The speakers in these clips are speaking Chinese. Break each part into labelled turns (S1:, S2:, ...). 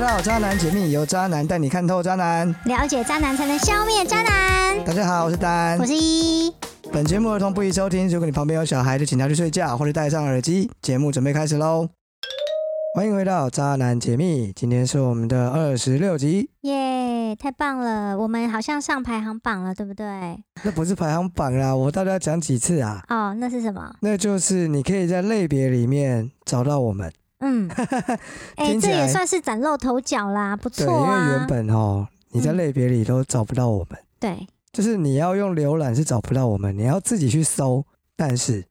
S1: 到《渣男解密》，由渣男带你看透渣男。
S2: 了解渣男才能消灭渣男。
S1: 大家好，我是丹
S2: 我。是一，
S1: 本节目儿童不宜收听，如果你旁边有小孩，就请他去睡觉或者戴上耳机。节目准备开始喽！欢迎回到《渣男解密》，今天是我们的二十六集。
S2: 耶，太棒了！我们好像上排行榜了，对不对？
S1: 那不是排行榜啦，我到底要讲几次啊？
S2: 哦，那是什么？
S1: 那就是你可以在类别里面找到我们。
S2: 嗯，哎、
S1: 听起
S2: 这也
S1: 来
S2: 算是崭露头角啦，不
S1: 对，
S2: 错
S1: 因为
S2: 啊
S1: 原。本哦，你在
S2: 嗯
S1: 类别里都找不到我们，
S2: 对，
S1: 就是你要用浏览是找不到我们，你要自己去搜。但是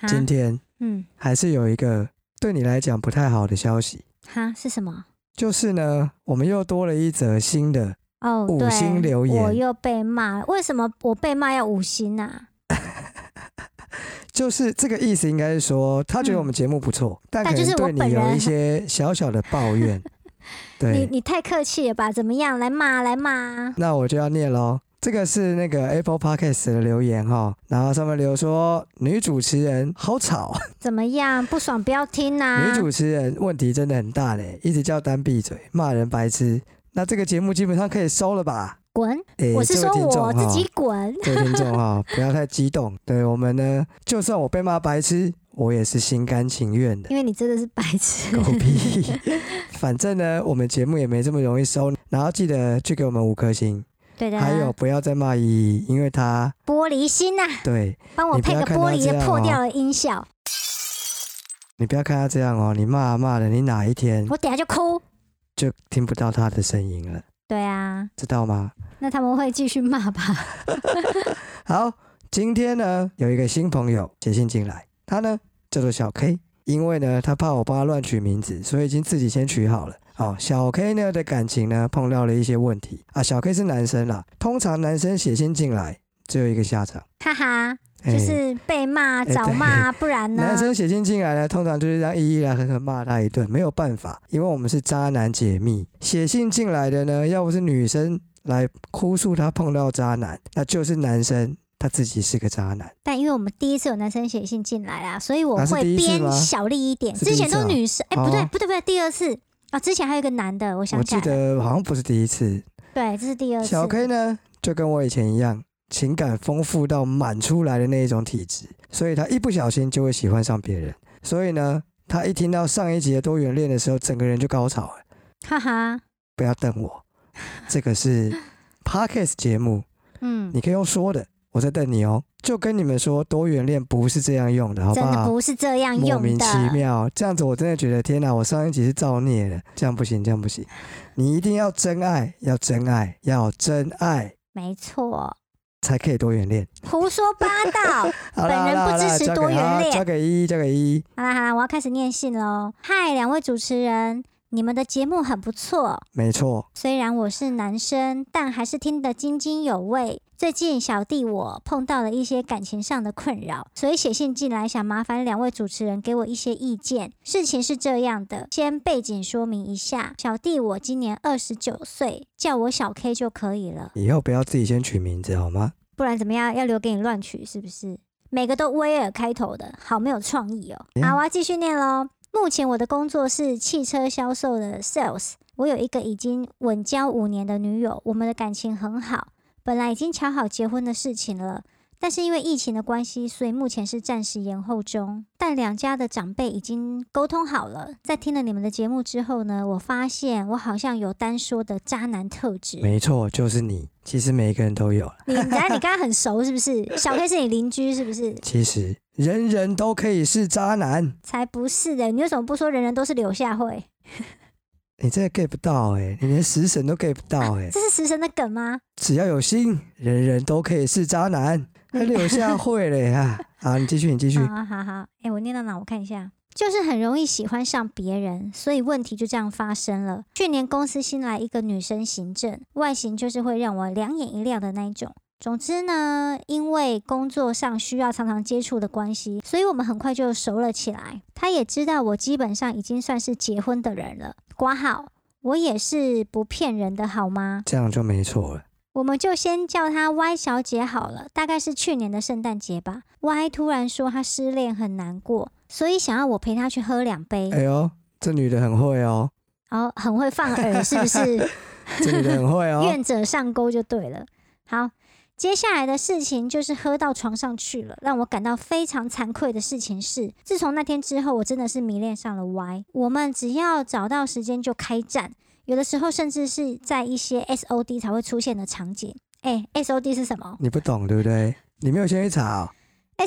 S2: 哈，
S1: 今天
S2: 嗯，
S1: 还是有一个对你来讲不太好的消息，
S2: 哈是什么？
S1: 就是呢，我们又多了一则新的，
S2: 哦，
S1: 五
S2: 对，
S1: 星留言
S2: 我又被骂了。为什么我被骂要五星啊？
S1: 就是这个意思，应该是说他觉得我们节目不错，但可
S2: 嗯但就是
S1: 能
S2: 我
S1: 对
S2: 本
S1: 你有
S2: 人
S1: 一些小小的抱 怨。
S2: 你
S1: 对，
S2: 你太客气了吧？怎么样？来骂啊来骂啊！
S1: 那我就要念喽。这个是那个 Apple Podcast 的留言哈，然后上面留说女主持人好吵，
S2: 怎么样？不爽不要听啊呐、
S1: 女主持人问题真的很大嘞，一直叫丹闭嘴，骂人白痴。那这个节目基本上可以收了吧？
S2: 滚！
S1: 诶
S2: 我是
S1: 这位
S2: 说
S1: 听众
S2: 我自
S1: 哈
S2: 己滚。
S1: 各位听众哈， 不要太激动。对我们呢，就算我被骂白痴，我也是心甘情愿的。
S2: 因为你真的是白痴
S1: 狗。屁！ 反正呢，我们节目也没这么容易收，然后记得去给我们五颗星，
S2: 对的啊，
S1: 还有不要再骂依依，因为她
S2: 玻璃心呐、
S1: 对
S2: 帮我
S1: 你不
S2: 配
S1: 要
S2: 个
S1: 看他
S2: 玻璃
S1: 这样
S2: 的
S1: 哦
S2: 破掉的音效，
S1: 你不要看她这样哦，你骂啊骂的，你哪一天
S2: 我等下就哭。
S1: 就听不到她的声音了，
S2: 对啊，
S1: 知道吗？
S2: 那他们会继续骂吧？
S1: 好，今天呢有一个新朋友写信进来，他呢叫做小 K，因为呢他怕我帮他乱取名字，所以已经自己先取好了。哦，小 K 呢的感情呢碰到了一些问题啊，小 K 是男生啦，通常男生写信进来只有一个下场，
S2: 哈哈，
S1: 哎
S2: 就是被骂、
S1: 对
S2: 找骂，不然呢
S1: 男？生写信进来呢，通常就是让依依来狠狠骂他一顿，没有办法，因为我们是渣男解密。写信进来的呢，要不是女生来哭诉她碰到渣男，那就是男生他自己是个渣男。
S2: 但因为我们第一次有男生写信进来啦，所以我
S1: 啊是
S2: 会
S1: 第一次吗
S2: 编小力一点。
S1: 是第一
S2: 之
S1: 次啊
S2: 前都女生，哎，不对
S1: 哦，
S2: 不对，不对，第二次哦，之前还有一个男的，我想
S1: 我
S2: 起
S1: 记
S2: 来了，
S1: 得好像不是第一次，
S2: 对，这是第二次。
S1: 小 K 呢就跟我以前一样，情感丰富到满出来的那一种体质，所以他一不小心就会喜欢上别人。所以呢，他一听到上一集的多元恋的时候，整个人就高潮了。
S2: 哈哈，
S1: 不要瞪我，这个是 Podcast 节目，
S2: 嗯，
S1: 你可以用说的，我在瞪你哦。就跟你们说，多元恋不是这样用的，好不
S2: 真的
S1: 好？
S2: 不是这样
S1: 莫
S2: 用
S1: 名其
S2: 的。
S1: 妙，这样子我真的觉得天哪！我上一集是造孽了，这样不行，这样不行，你一定要真爱，要真爱，要真爱，
S2: 没错，
S1: 才可以多元恋。
S2: 胡说八道。
S1: 好啦
S2: 本人
S1: 好啦
S2: 不
S1: 好啦
S2: 支持
S1: 交给
S2: 多元
S1: 他
S2: 恋
S1: 交给依依，交给依依，
S2: 好啦好啦，我要开始念信喽。嗨，两位主持人，你们的节目很不错。
S1: 没错，
S2: 虽然我是男生，但还是听得津津有味。最近小弟我碰到了一些感情上的困扰，所以写信进来，想麻烦两位主持人给我一些意见。事情是这样的，先背景说明一下，小弟我今年二十九岁，叫我小 K 就可以了，
S1: 以后不要自己先取名字好吗？
S2: 不然怎么样？要留给你乱取是不是？每个都威尔开头的，好没有创意哦。
S1: 嗯
S2: 好，我要继续念喽。目前我的工作是汽车销售的 sales，我有一个已经稳交五年的女友，我们的感情很好，本来已经瞧好结婚的事情了。但是因为疫情的关系，所以目前是暂时延后中。但两家的长辈已经沟通好了。在听了你们的节目之后呢，我发现我好像有单说的渣男特质。
S1: 没错，就是你。其实每一个人都有了，
S2: 你等下你跟他很熟是不是？小 K 是你邻居是不是？
S1: 其实人人都可以是渣男。
S2: 才不是的，你为什么不说人人都是柳下惠？
S1: 你真的 get 不到哎、你连食神都 get 不到哎、
S2: 这是食神的梗吗？
S1: 只要有心，人人都可以是渣男。还柳下惠嘞啊！好，你继续，你继续。
S2: 好好好，哎、我念到哪？我看一下，就是很容易喜欢上别人，所以问题就这样发生了。去年公司新来一个女生行政，外形就是会让我两眼一亮的那一种。总之呢，因为工作上需要常常接触的关系，所以我们很快就熟了起来。她也知道我基本上已经算是结婚的人了，挂号，我也是不骗人的好吗？
S1: 这样就没错了。
S2: 我们就先叫她 Y 小姐好了，大概是去年的圣诞节吧。Y 突然说她失
S1: 哎
S2: 恋很难过，所以想要我陪她去喝两杯。
S1: 哎呦，这女的很会哦，
S2: 然后很会放饵，是不是？
S1: 这个人很会哦。
S2: 愿者上钩就对了。好，接下来的事情就是喝到床上去了。让我感到非常惭愧的事情是，自从那天之后，我真的是迷恋上了 Y。我们只要找到时间就开战，有的时候甚至是在一些 SOD 才会出现的场景。哎，SOD 是什么
S1: 你不懂对不对？你没有先去查哦，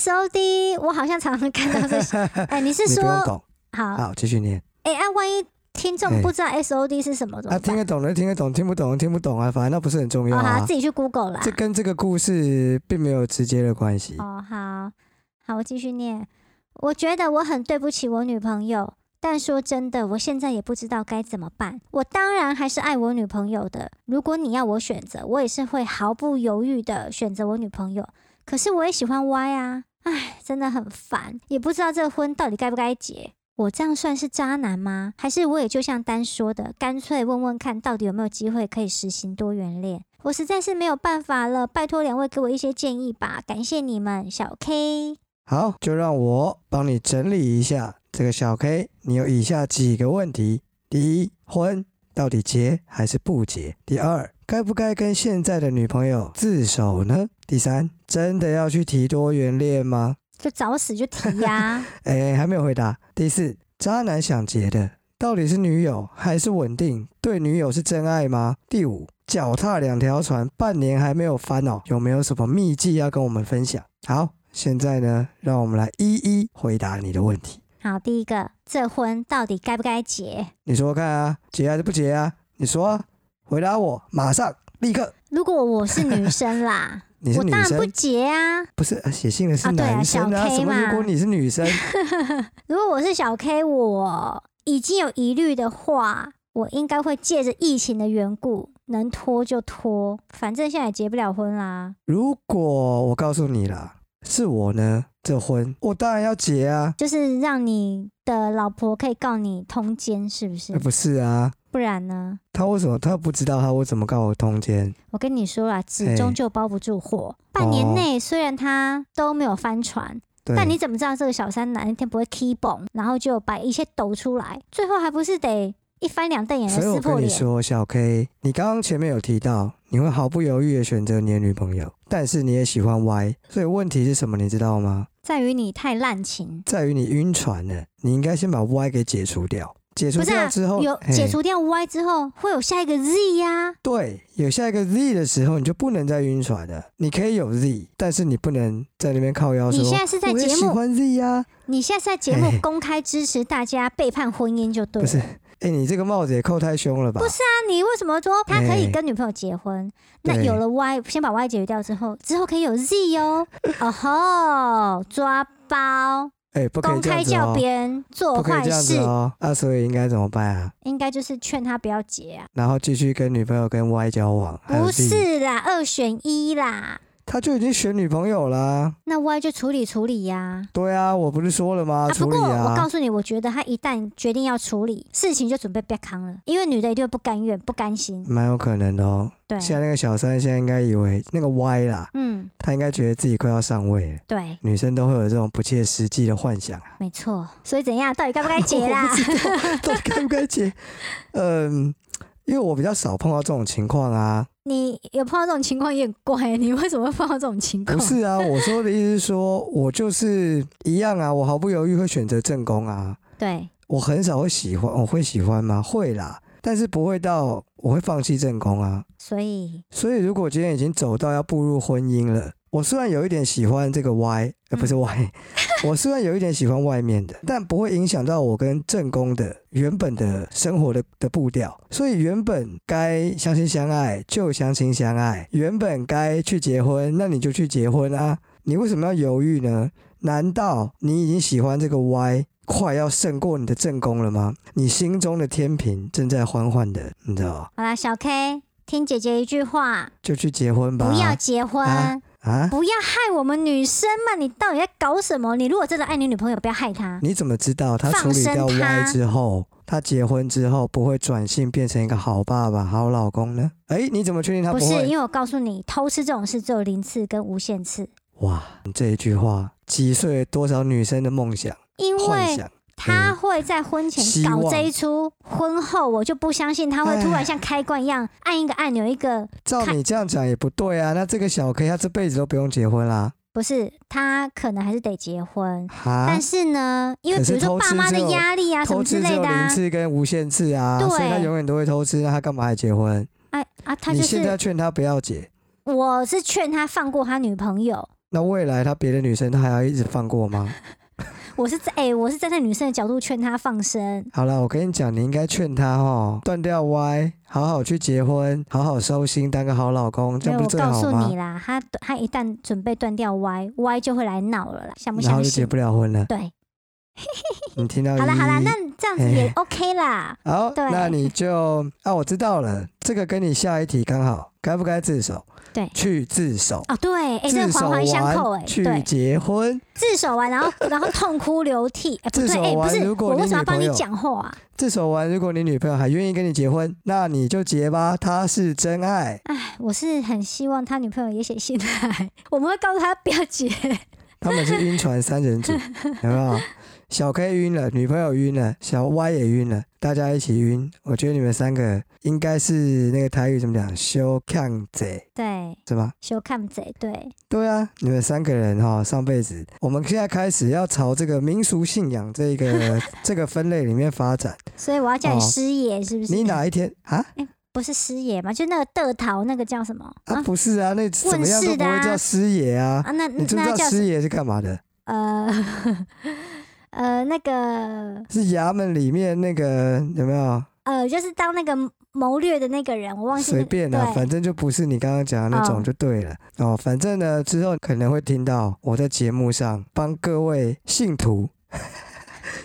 S2: ？SOD 我好像常常看到 这些。哎，你是
S1: 你不用
S2: 说
S1: 懂。
S2: 好？
S1: 好，继续念。
S2: 哎，啊，万一听众不知道 SOD 是什么怎
S1: 哎啊，
S2: 么
S1: 听得
S2: 办？
S1: 懂的听得懂，听不懂的听不懂啊，反正那不是很重要
S2: 哦，好，
S1: 啊
S2: 自。己去 Google 啦。
S1: 这跟这个故事并没有直接的关系。
S2: 哦，好好，我继续念。我觉得我很对不起我女朋友，但说真的，我现在也不知道该怎么办。我当然还是爱我女朋友的。如果你要我选择，我也是会毫不犹豫的选择我女朋友。可是我也喜欢 Y 啊，唉，真的很烦，也不知道这个婚到底该不该结。我这样算是渣男吗？还是我也就像丹说的，干脆问问看到底有没有机会可以实行多元恋？我实在是没有办法了，拜托两位给我一些建议吧，感谢你们，小 K。
S1: 好，就让我帮你整理一下这个小 K，你有以下几个问题：第一，婚到底结还是不结？第二，该不该跟现在的女朋友自首呢？第三，真的要去提多元恋吗？
S2: 就早死就提呀、
S1: 哎，还没有回答。第四，渣男想结的到底是女友还是稳定？对女友是真爱吗？第五，脚踏两条船，半年还没有翻哦，有没有什么秘技要跟我们分享？好，现在呢，让我们来一一回答你的问题。
S2: 好，第一个，这婚到底该不该结？
S1: 你说说看啊，结还是不结啊？你说啊、回答我，马上，立刻。
S2: 如果我是女生啦，
S1: 你是
S2: 我
S1: 女
S2: 当然不
S1: 生，
S2: 结啊。
S1: 不是呃写信的是
S2: 啊对啊
S1: 男生
S2: 小 K
S1: 什么？
S2: 嘛
S1: 如果你是女 生，
S2: 如果我是小 K，我已经有疑虑的话，我应该会借着疫情的缘故，能拖就拖，反正现在也结不了婚啦。
S1: 如果我告诉你啦，是我呢，这婚我当然要结啊。
S2: 就是让你的老婆可以告你通奸，是不
S1: 呃
S2: 是？
S1: 不是啊，
S2: 不然呢？
S1: 他为什么他不知道他为什么告我通奸？
S2: 我跟你说啦，纸
S1: 嘿哦
S2: 终究包不住火。半年内虽然他都没有翻船，
S1: 对，
S2: 但你怎么知道这个小三哪一天不会 key 崩，然后就把一切抖出来，最后还不是得一翻两瞪眼的
S1: 所以我
S2: 撕
S1: 跟
S2: 破
S1: 你
S2: 脸？
S1: 说，小 K，你刚刚前面有提到，你会毫不犹豫的选择你的女朋友，但是你也喜欢 Y，所以问题是什么？你知道吗？
S2: 在于你太滥情，
S1: 在于你晕船了，你应该先把 Y 给解除掉，解除
S2: 不是啊
S1: 掉之后，
S2: 有
S1: 嘿
S2: 解除掉 Y 之后，会有下一个 Z 呀、
S1: 对，有下一个 Z 的时候，你就不能再晕船了。你可以有 Z，但是你不能在那边靠腰说，
S2: 你现在是在
S1: 我也
S2: 节
S1: 喜
S2: 目，
S1: 欢 Z 呀、
S2: 你现在是在节
S1: 嘿
S2: 目公开支持大家背叛婚姻就对
S1: 不
S2: 了。
S1: 是，哎、你这个帽子也扣太凶了吧？
S2: 不是啊，你为什么说他可以
S1: 哎
S2: 跟女朋友结婚？那
S1: 对
S2: 有了 Y，先把 Y 解决掉之后，之后可以有 Z 哦。哦吼，抓包，
S1: 哎、不可以
S2: 公
S1: 这样
S2: 开
S1: 子
S2: 叫
S1: 哦。
S2: 别人做
S1: 不可以
S2: 坏
S1: 这样子
S2: 事，
S1: 哦。那、所以应该怎么办啊？
S2: 应该就是劝他不要结啊。
S1: 然后继续跟女朋友跟 Y 交往？还有
S2: 不
S1: Z，
S2: 是啦，二选一啦。
S1: 他就已经选女朋友啦。
S2: 那 Y 就处理处理呀、
S1: 对啊，我不是说了吗？
S2: 不
S1: 处理
S2: 过我告
S1: 啊。
S2: 诉你，我觉得他一旦决定要处理事情，就准备被扛了，因为女的一定会不甘愿、不甘心。
S1: 蛮有可能的哦。
S2: 对，
S1: 现在那个小三现在应该以为那个 Y 啦，
S2: 嗯，
S1: 他应该觉得自己快要上位了。
S2: 对，
S1: 女生都会有这种不切实际的幻想 啊，
S2: 没错。所以怎样，到底该不该结 啦
S1: 我？不知道到底该不该结？嗯，因为我比较少碰到这种情况啊。
S2: 你有碰到这种情况也很怪，你为什么会碰到这种情况？
S1: 不是啊，我说的意思是说，我就是一样啊，我毫不犹豫会选择正宫啊。
S2: 对，
S1: 我很少会喜欢，我会喜欢吗？会啦，但是不会到我会放弃正宫啊。
S2: 所以
S1: 所以如果今天已经走到要步入婚姻了，我虽然有一点喜欢这个 Y，呃，不是
S2: 嗯
S1: Y，、我 虽然有一点喜欢外面的，但不会影响到我跟正宫的原本的生活的的步调。所以原本该相亲相爱就相亲相爱，原本该去结婚，那你就去结婚啊。你为什么要犹豫呢？难道你已经喜欢这个 Y，快要胜过你的正宫了吗？你心中的天平正在缓缓的，你知道吗？
S2: 好啦，小 K，听姐姐一句话，
S1: 就去结婚吧。
S2: 不要结婚，
S1: 啊啊！
S2: 不要害我们女生嘛！你到底在搞什么？你如果真的爱你女朋友，不要害她。
S1: 你怎么知道他处
S2: 放
S1: 理
S2: 生
S1: 掉
S2: 他
S1: Y 之后，他结婚之后不会转性变成一个好爸爸、好老公呢？哎，你怎么确定他
S2: 不是，
S1: 会？
S2: 因为我告诉你，偷吃这种事只有零次跟无限次，
S1: 哇，你这一句话击碎了多少女生的梦想、
S2: 因
S1: 幻
S2: 为
S1: 想？
S2: 他会在婚前
S1: 希望
S2: 搞这一出，婚后我就不相信他会突然像开关一样按一个按钮，一个
S1: 照
S2: 看
S1: 你这样讲也不对啊。那这个小 K 他这辈子都不用结婚啦，
S2: 不是他可能还是得结婚，
S1: 哈
S2: 但，是呢，因
S1: 啊
S2: 为
S1: 可是
S2: 比如说
S1: 偷吃
S2: 爸妈的
S1: 只有
S2: 压力啊什
S1: 偷
S2: 么之
S1: 吃只
S2: 类
S1: 有
S2: 的
S1: 零
S2: 啊，
S1: 次跟无限次啊，
S2: 对
S1: 所以他永远都会偷吃，那他干嘛还结婚？
S2: 哎啊，他就
S1: 你现在
S2: 是
S1: 劝他不要结，
S2: 我是劝他放过他女朋友，
S1: 那未来他别的女生他还要一直放过吗？
S2: 我是在哎、我是站在女生的角度劝他放生，
S1: 好了，我跟你讲，你应该劝他哦，断掉歪，好好去结婚，好好收心，当个好老公，这
S2: 没
S1: 样不
S2: 有我
S1: 是最
S2: 告
S1: 好
S2: 诉
S1: 吗
S2: 你？啦，他他一旦准备断掉 Y Y 就会来闹了啦，相不
S1: 然后
S2: 相
S1: 就结
S2: 信？
S1: 不了婚了。
S2: 对，
S1: 你听到？
S2: 好啦好啦，那这样子也
S1: 哎
S2: OK 啦。
S1: 好，
S2: 对
S1: 那你就啊，我知道了，这个跟你下一题刚好，该不该自首？
S2: 对
S1: 去自首，
S2: 哦，对，哎、这
S1: 自
S2: 个
S1: 首
S2: 环环相扣、
S1: 完
S2: 哎，
S1: 去
S2: 对，
S1: 结婚，
S2: 自首完，然后然后痛哭流涕，哎、不
S1: 自
S2: 对，
S1: 首
S2: 哎、不
S1: 完
S2: 是，
S1: 如果
S2: 我
S1: 你
S2: 为什么要
S1: 女
S2: 帮
S1: 朋
S2: 你
S1: 友
S2: 讲话啊？
S1: 自首完，如果你女朋友还愿意跟你结婚，那你就结吧，她是真爱，
S2: 哎，我是很希望他女朋友也写信来，我们会告诉他不要结，
S1: 他们是晕船三人组，有没有？小 K 晕了，女朋友晕了，小 Y 也晕了，大家一起晕。我觉得你们三个应该是那个台语怎么讲，修看贼
S2: 对，
S1: 是吧？
S2: 修看贼，对，
S1: 对啊，你们三个人哈、上辈子，我们现在开始要朝这个民俗信仰这 个这个分类里面发展。
S2: 所以我要叫你
S1: 哦
S2: 师爷，是不是？
S1: 你哪一天啊？
S2: 不是师爷嘛？就那个德桃，那个叫什么
S1: 啊，
S2: 啊？
S1: 不是啊，那怎么样都
S2: 问世
S1: 不
S2: 的啊
S1: 会叫师爷啊。
S2: 啊，那
S1: 你知不知
S2: 那
S1: 道
S2: 叫
S1: 师爷是干嘛的？
S2: 呃 呃那个
S1: 是衙门里面那个有没有？
S2: 呃，就是当那个谋略的那个人，我忘记、那
S1: 随
S2: 个、
S1: 便啊，
S2: 对
S1: 反正就不是你刚刚讲的那种
S2: 哦
S1: 就对了哦。反正呢，之后可能会听到我在节目上帮各位信徒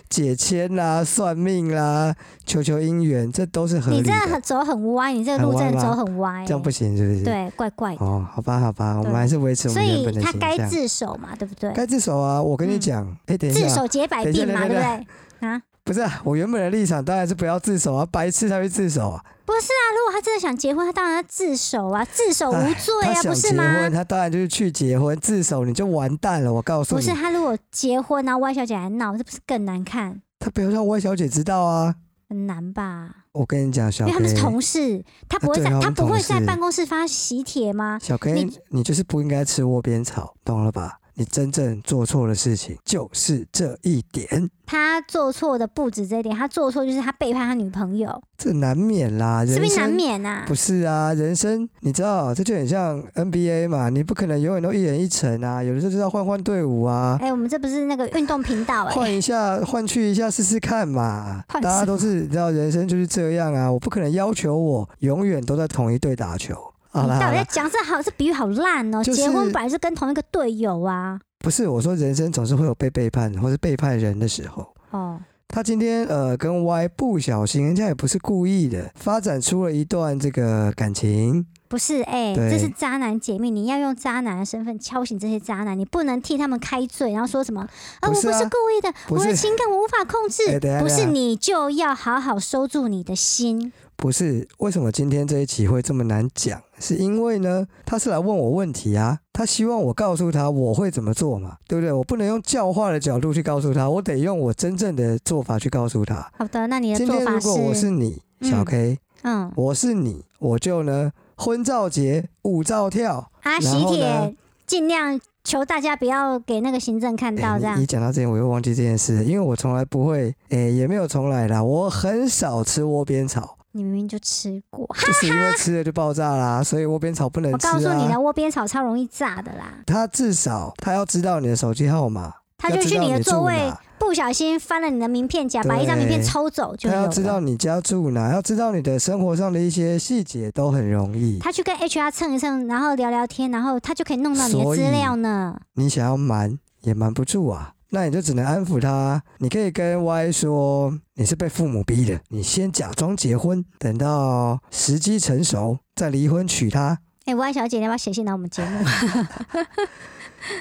S1: 解签啦、算命啦、求求姻缘，这都是合理
S2: 你
S1: 的
S2: 这。很走很歪，你这个路
S1: 很歪
S2: 真的
S1: 吗
S2: 走很歪、
S1: 这样不行，是不是？。
S2: 对，怪怪的。
S1: 哦，好吧，好吧，我们
S2: 对
S1: 还是维持我
S2: 所
S1: 们原
S2: 以
S1: 本的
S2: 他
S1: 形
S2: 该
S1: 象。
S2: 自首嘛，对不对？
S1: 该自首啊！我跟你
S2: 嗯
S1: 讲，哎、等一
S2: 自
S1: 下，
S2: 首解百
S1: 等一下
S2: 病嘛，
S1: 等
S2: 对
S1: 一
S2: 不
S1: 下
S2: 对？啊，
S1: 不是、啊、我原本的立场，当然是不要自首啊，白痴才会自首啊！
S2: 不是啊，如果他真的想结婚，他当然要自首啊，自首无
S1: 哎
S2: 罪
S1: 他
S2: 啊，
S1: 想
S2: 不
S1: 结
S2: 是吗
S1: 婚，？他当然就是去结婚，自首你就完蛋了。我告诉
S2: 不
S1: 你
S2: 是，，他如果结婚，然后歪小姐还闹，这不是更难看？
S1: 他不要让歪小姐知道啊！
S2: 很难吧？
S1: 我跟你讲，小
S2: 因为他们是
S1: K，
S2: 同事，他
S1: 啊
S2: 不会
S1: 对
S2: 在，
S1: 啊
S2: 他
S1: 我们
S2: 不会
S1: 同
S2: 在
S1: 事
S2: 办公室发喜帖吗？
S1: 小 K，
S2: 你
S1: 你就是不应该吃窝边草，懂了吧？你真正做错的事情就是这一点，
S2: 他做错的不止这一点，他做错就是他背叛他女朋友，
S1: 这难免啦，
S2: 是不
S1: 人
S2: 是
S1: 生
S2: 难免啊？
S1: 不是啊，人生你知道，这就很像 NBA 嘛，你不可能永远都一人一城啊，有的时候就要换换队伍啊，
S2: 哎、我们这不是那个运动频道哎、
S1: 换一下，换去一下试试看嘛。大
S2: 换
S1: 家
S2: 什
S1: 都是你知道，人生就是这样啊，我不可能要求我永远都在同一队打球。好
S2: 你
S1: 啦，
S2: 到
S1: 好
S2: 底在
S1: 啦
S2: 讲这好这比喻好烂哦、
S1: 就是
S2: 结婚本来是跟同一个队友啊，
S1: 不是我说，人生总是会有被背叛或是背叛人的时候。
S2: 哦，
S1: 他今天呃跟 Y 不小心，人家也不是故意的，发展出了一段这个感情，
S2: 不是哎、
S1: 对
S2: 这是渣男解密，你要用渣男的身份敲醒这些渣男，你不能替他们开罪，然后说什么啊，我
S1: 不
S2: 不
S1: 是啊
S2: 是故意的，
S1: 不
S2: 我的
S1: 是
S2: 情感我无法控制，
S1: 哎等一下
S2: 不
S1: 等一
S2: 是
S1: 下
S2: 你就要好好收住你的心，
S1: 不是，为什么今天这一期会这么难讲？是因为呢，他是来问我问题啊，他希望我告诉他我会怎么做嘛，对不对？我不能用教化的角度去告诉他，我得用我真正的做法去告诉他。
S2: 好的，那你的
S1: 今
S2: 做
S1: 天
S2: 法
S1: 如果我是你，小
S2: 嗯
S1: K，、
S2: 嗯，
S1: 我是你，我就呢婚照节舞照跳。
S2: 啊，
S1: 然
S2: 喜
S1: 后呢
S2: 帖尽量求大家不要给那个行政看
S1: 哎
S2: 到这样
S1: 你你。讲到这点，我又忘记这件事了，因为我从来不会，哎、也没有从来啦，我很少吃窝边草，
S2: 你明明就吃过，
S1: 就是因为吃了就爆炸啦，所以窝边草不能
S2: 我
S1: 哎吃、啊。
S2: 告诉你的，窝边草超容易炸的啦。
S1: 他至少他要知道你的手机号码，
S2: 他
S1: 要
S2: 就
S1: 知
S2: 去
S1: 道
S2: 你的
S1: 住
S2: 座位
S1: 哪，
S2: 不小心翻了你的名片夹，把一张名片
S1: 对
S2: 抽走就
S1: 他
S2: 有
S1: 要知道
S2: 了。
S1: 你家住哪，要知道你的生活上的一些细节都很容易。
S2: 他去跟 HR 蹭一蹭，然后聊聊天，然后他就可以弄到你的
S1: 所以
S2: 资料呢。
S1: 你想要瞒也瞒不住啊，那你就只能安抚他。啊你可以跟 Y 说你是被父母逼的，你先假装结婚，等到时机成熟再离婚娶她。
S2: 哎、y 小姐，你要不要写信来我们节 目？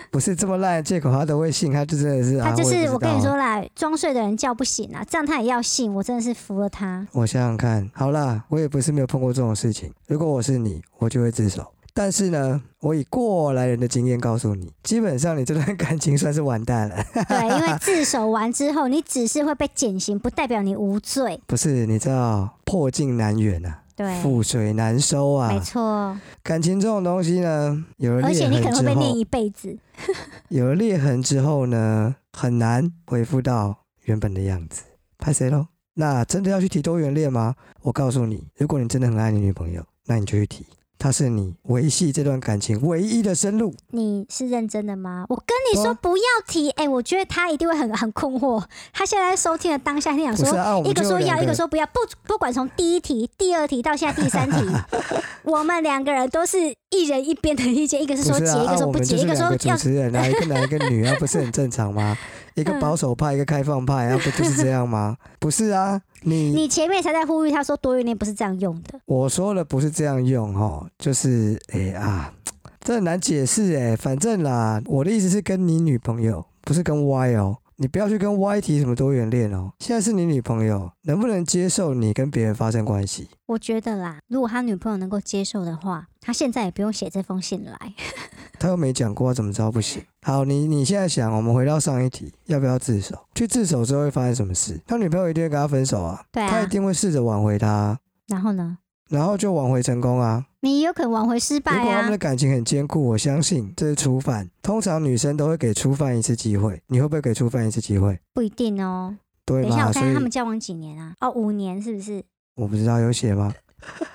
S1: 不是这么烂的借口，他都会信，他就真的是啊。
S2: 他就
S1: 我也
S2: 是
S1: 不
S2: 我
S1: 知道
S2: 跟你说啦，装睡的人叫不醒啊，这样他也要信，我真的是服了 他。
S1: 我想想看，好啦，我也不是没有碰过这种事情。如果我是你，我就会自首。但是呢，我以过来人的经验告诉你，基本上你这段感情算是完蛋了。
S2: 对，因为自首完之后，你只是会被减刑，不代表你无罪。
S1: 不是，你知道破镜难圆啊，
S2: 对，
S1: 覆水难收
S2: 没
S1: 啊。
S2: 错，
S1: 感情这种东西呢，有了
S2: 而且
S1: 裂
S2: 你可
S1: 痕
S2: 能
S1: 之
S2: 会被念
S1: 后，
S2: 一辈子。
S1: 有了裂痕之后呢，很难恢复到原本的样子。拍谁喽？那真的要去提多元恋吗？我告诉你，如果你真的很爱你女朋友，那你就去提，它是你维系这段感情唯一的生路。
S2: 你是认真的吗？我跟你
S1: 对
S2: 说
S1: 啊
S2: 不要提，哎、我觉得他一定会很很困惑。他现在收听的当下，你想
S1: 不是
S2: 说，
S1: 啊，我们
S2: 一个
S1: 就
S2: 说
S1: 两
S2: 要，一个说不要，不不管从第一题、第二题到现在 第三题，我们两个人都是一人一边的意见，一个是
S1: 不
S2: 说
S1: 是
S2: 结，
S1: 啊，
S2: 一个
S1: 啊
S2: 说
S1: 我
S2: 不
S1: 们就
S2: 结，一
S1: 是
S2: 个
S1: 两
S2: 说
S1: 个主
S2: 要
S1: 持人啊，一个男一个女啊，不是很正常吗？一个
S2: 嗯
S1: 保守派，一个开放派，啊，不就是这样吗？不是啊，你
S2: 你前面才在呼吁他说多元恋不是这样用的，
S1: 我说了不是这样用哦，就是哎、啊，这很难解释哎、反正啦，我的意思是跟你女朋友，不是跟 Y 哦。你不要去跟 Y 提什么多元恋哦。现在是你女朋友，能不能接受你跟别人发生关系？
S2: 我觉得啦，如果他女朋友能够接受的话，他现在也不用写这封信来。
S1: 他又没讲过，怎么知道不行？好，你你现在想，我们回到上一题，要不要自首？去自首之后会发生什么事？他女朋友一定会跟他分手啊，
S2: 对
S1: 他
S2: 啊
S1: 一，定会试着挽回他，
S2: 然后呢，
S1: 然后就挽回成功啊。
S2: 你有可能挽回失败
S1: 如果他们
S2: 啊
S1: 的。感情很坚固，我相信这是初犯。通常女生都会给初犯一次机会，你会不会给初犯一次机会？
S2: 不一定哦。
S1: 对
S2: 等一下，
S1: 吗？
S2: 我
S1: 所
S2: 看看
S1: 以
S2: 他们交往几年啊？哦，五年是不是？
S1: 我不知道有写吗？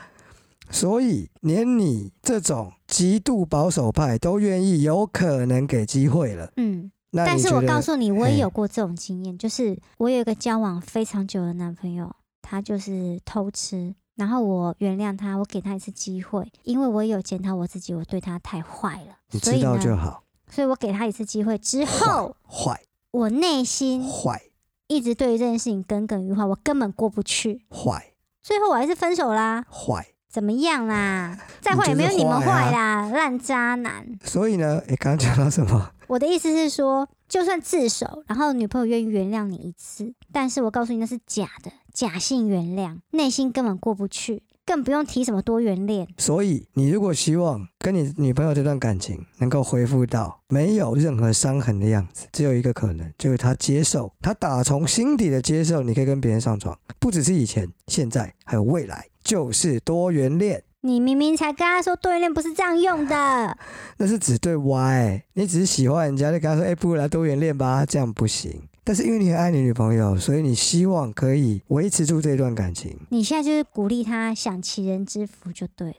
S1: 所以连你这种极度保守派都愿意有可能给机会了，
S2: 嗯。
S1: 那
S2: 但
S1: 你
S2: 是
S1: 觉
S2: 我告
S1: 得
S2: 诉你，我也
S1: 嘿
S2: 有过这种经验，就是我有一个交往非常久的男朋友，他就是偷吃，然后我原谅他，我给他一次机会，因为我有检讨我自己，我对他太坏了，
S1: 你
S2: 所
S1: 知
S2: 以
S1: 道就
S2: 呢，
S1: 好，
S2: 所以我给他一次机会之后，
S1: 坏
S2: 我内心
S1: 坏
S2: 一直对于这件事情耿耿于怀，我根本过不去，
S1: 坏
S2: 最后我还是分手啦。
S1: 坏。
S2: 怎么样啦？再
S1: 你
S2: 坏
S1: 就
S2: 也没有
S1: 是
S2: 你们
S1: 坏啊
S2: 坏啦，烂、渣男。
S1: 所以呢，诶，刚刚讲到什么？
S2: 我的意思是说，就算自首，然后女朋友愿意原谅你一次，但是我告诉你那是假的，假性原谅，内心根本过不去，更不用提什么多元恋。
S1: 所以你如果希望跟你女朋友这段感情能够恢复到没有任何伤痕的样子，只有一个可能，就是她接受，她打从心底的接受，你可以跟别人上床，不只是以前，现在还有未来，就是多元恋。
S2: 你明明才跟他说多元恋不是这样用的，
S1: 那是只对 Y，、你只是喜欢人家，就跟他说，哎、不如来多元恋吧，这样不行。但是因为你很爱你女朋友，所以你希望可以维持住这段感情。
S2: 你现在就是鼓励他享其人之福就对了，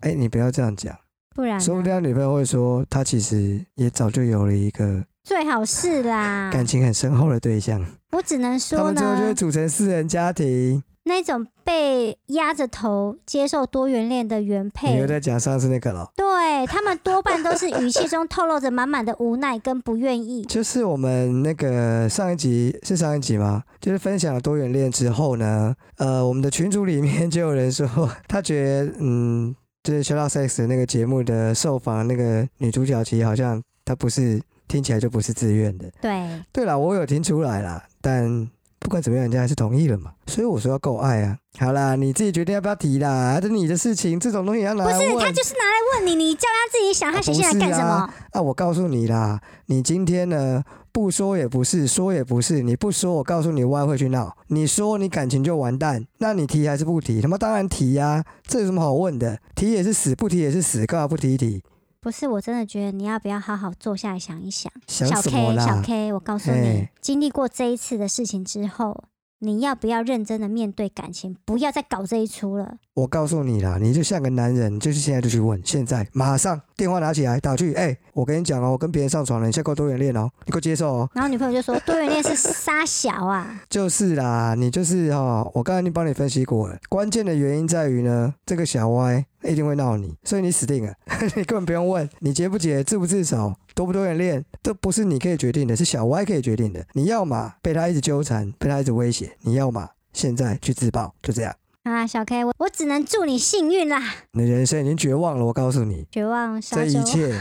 S1: 哎、你不要这样讲。
S2: 不然
S1: 说不
S2: 呢
S1: 定他女朋友会说，他其实也早就有了一个
S2: 最好是啦。
S1: 感情很深厚的对象，
S2: 我只能
S1: 他
S2: 啊说
S1: 们最后就会
S2: 呢，
S1: 组成四人家庭。
S2: 那种被压着头接受多元恋的原
S1: 你
S2: 配
S1: 又，在讲上次那个了，
S2: 对他们多半都是语气中透露着满满的无奈跟不愿意。
S1: 就是我们那个上一集是上一集吗？就是分享了多元恋之后呢，呃，我们的群组里面就有人说，他觉得嗯，就是《s h o u t Sex》那个节目的受访那个女主角，其实好像她不是听起来就不是自愿的。
S2: 对，
S1: 对啦，我有听出来啦，但不管怎么样，人家还是同意了嘛。所以我说要够爱啊。好啦，你自己决定要不要提啦，这你的事情，这种东西要拿
S2: 不
S1: 来
S2: 是
S1: 问
S2: 他就是拿来问你，你叫他自己想，他写信来干什么？
S1: 啊。我告诉你啦，你今天呢不说也不是，说也不是，你不说，我告诉你外会去闹。你说你感情就完蛋，那你提还是不提？他妈当然提呀、这有什么好问的？提也是死，不提也是死，干嘛不提一提？
S2: 不是，我真的觉得你要不要好好坐下来想一想。
S1: 想
S2: 小
S1: 什么
S2: K，小
S1: 啦？
S2: K，我告诉你
S1: 嘿，
S2: 经历过这一次的事情之后，你要不要认真的面对感情？不要再搞这一出了。
S1: 我告诉你啦，你就像个男人，就是现在就去问，现在马上电话拿起来打去。哎、我跟你讲哦，我跟别人上床了，你现在给我多元恋哦，你给我接受哦。
S2: 然后女朋友就说：“多元恋是傻小啊，
S1: 就是啦，你就是哦，我刚才已经帮你分析过了，关键的原因在于呢，这个小歪一定会闹你，所以你死定了， 你根本不用问，你结不结、自不自首、多不多元恋，都不是你可以决定的，是小歪可以决定的。你要嘛被他一直纠缠，被他一直威胁，你要嘛现在去自爆，就这样。
S2: 啊，小 K，我我只能祝你幸运啦。
S1: 你的人生已经绝望了，我告诉你，
S2: 绝望沙
S1: 这一
S2: 洲，
S1: 切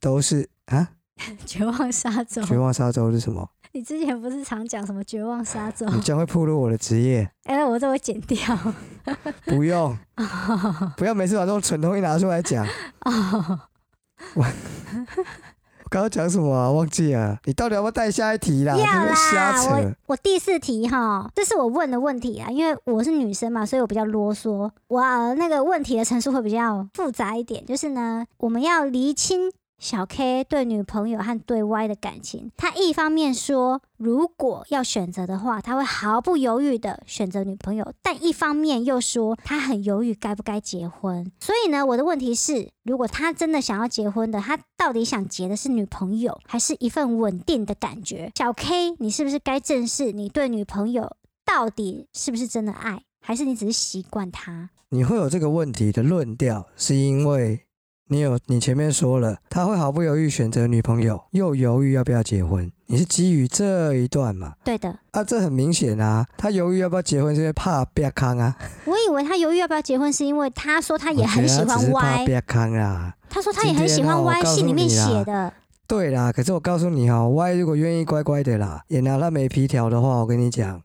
S1: 都是啊，
S2: 绝望沙洲，
S1: 绝望沙洲是什么？
S2: 你之前不是常讲什么绝望沙洲？
S1: 你将会暴露我的职业。
S2: 哎、我这会剪掉。
S1: 不 用，不要每次把这种蠢东西拿出来讲。
S2: 哦，
S1: 我刚刚讲什么啊？忘记了。你到底要不要带下一题啦？
S2: 要
S1: 你在那边瞎
S2: 啦，
S1: 扯
S2: 我。我第四题哈，这是我问的问题啊，因为我是女生嘛，所以我比较啰嗦。我、呃那个问题的陈述会比较复杂一点，就是呢，我们要厘清小 K 对女朋友和对 Y 的感情。他一方面说，如果要选择的话，他会毫不犹豫的选择女朋友，但一方面又说他很犹豫该不该结婚。所以呢，我的问题是，如果他真的想要结婚的，他到底想结的是女朋友，还是一份稳定的感觉？小 K，你是不是该正视你对女朋友到底是不是真的爱，还是你只是习惯她？
S1: 你会有这个问题的论调，是因为你有你前面说了，他会毫不犹豫选择女朋友，又犹豫要不要结婚。你是基于这一段嘛？
S2: 对的，
S1: 啊，这很明显啊，他犹豫要不要结婚是因为怕别康啊，
S2: 我以为他犹豫要不要结婚，是因为他说他
S1: 他
S2: 也很喜欢
S1: 怕啊
S2: Y，
S1: 别康啦。
S2: 他说他也很喜
S1: 今天
S2: 欢
S1: 哦我
S2: Y，
S1: 告诉
S2: 信里面
S1: 你啦
S2: 写的。
S1: 对啦，可是我告诉你哦，Y 如果愿意乖乖的啦，也拿他没皮条的话，我跟你讲，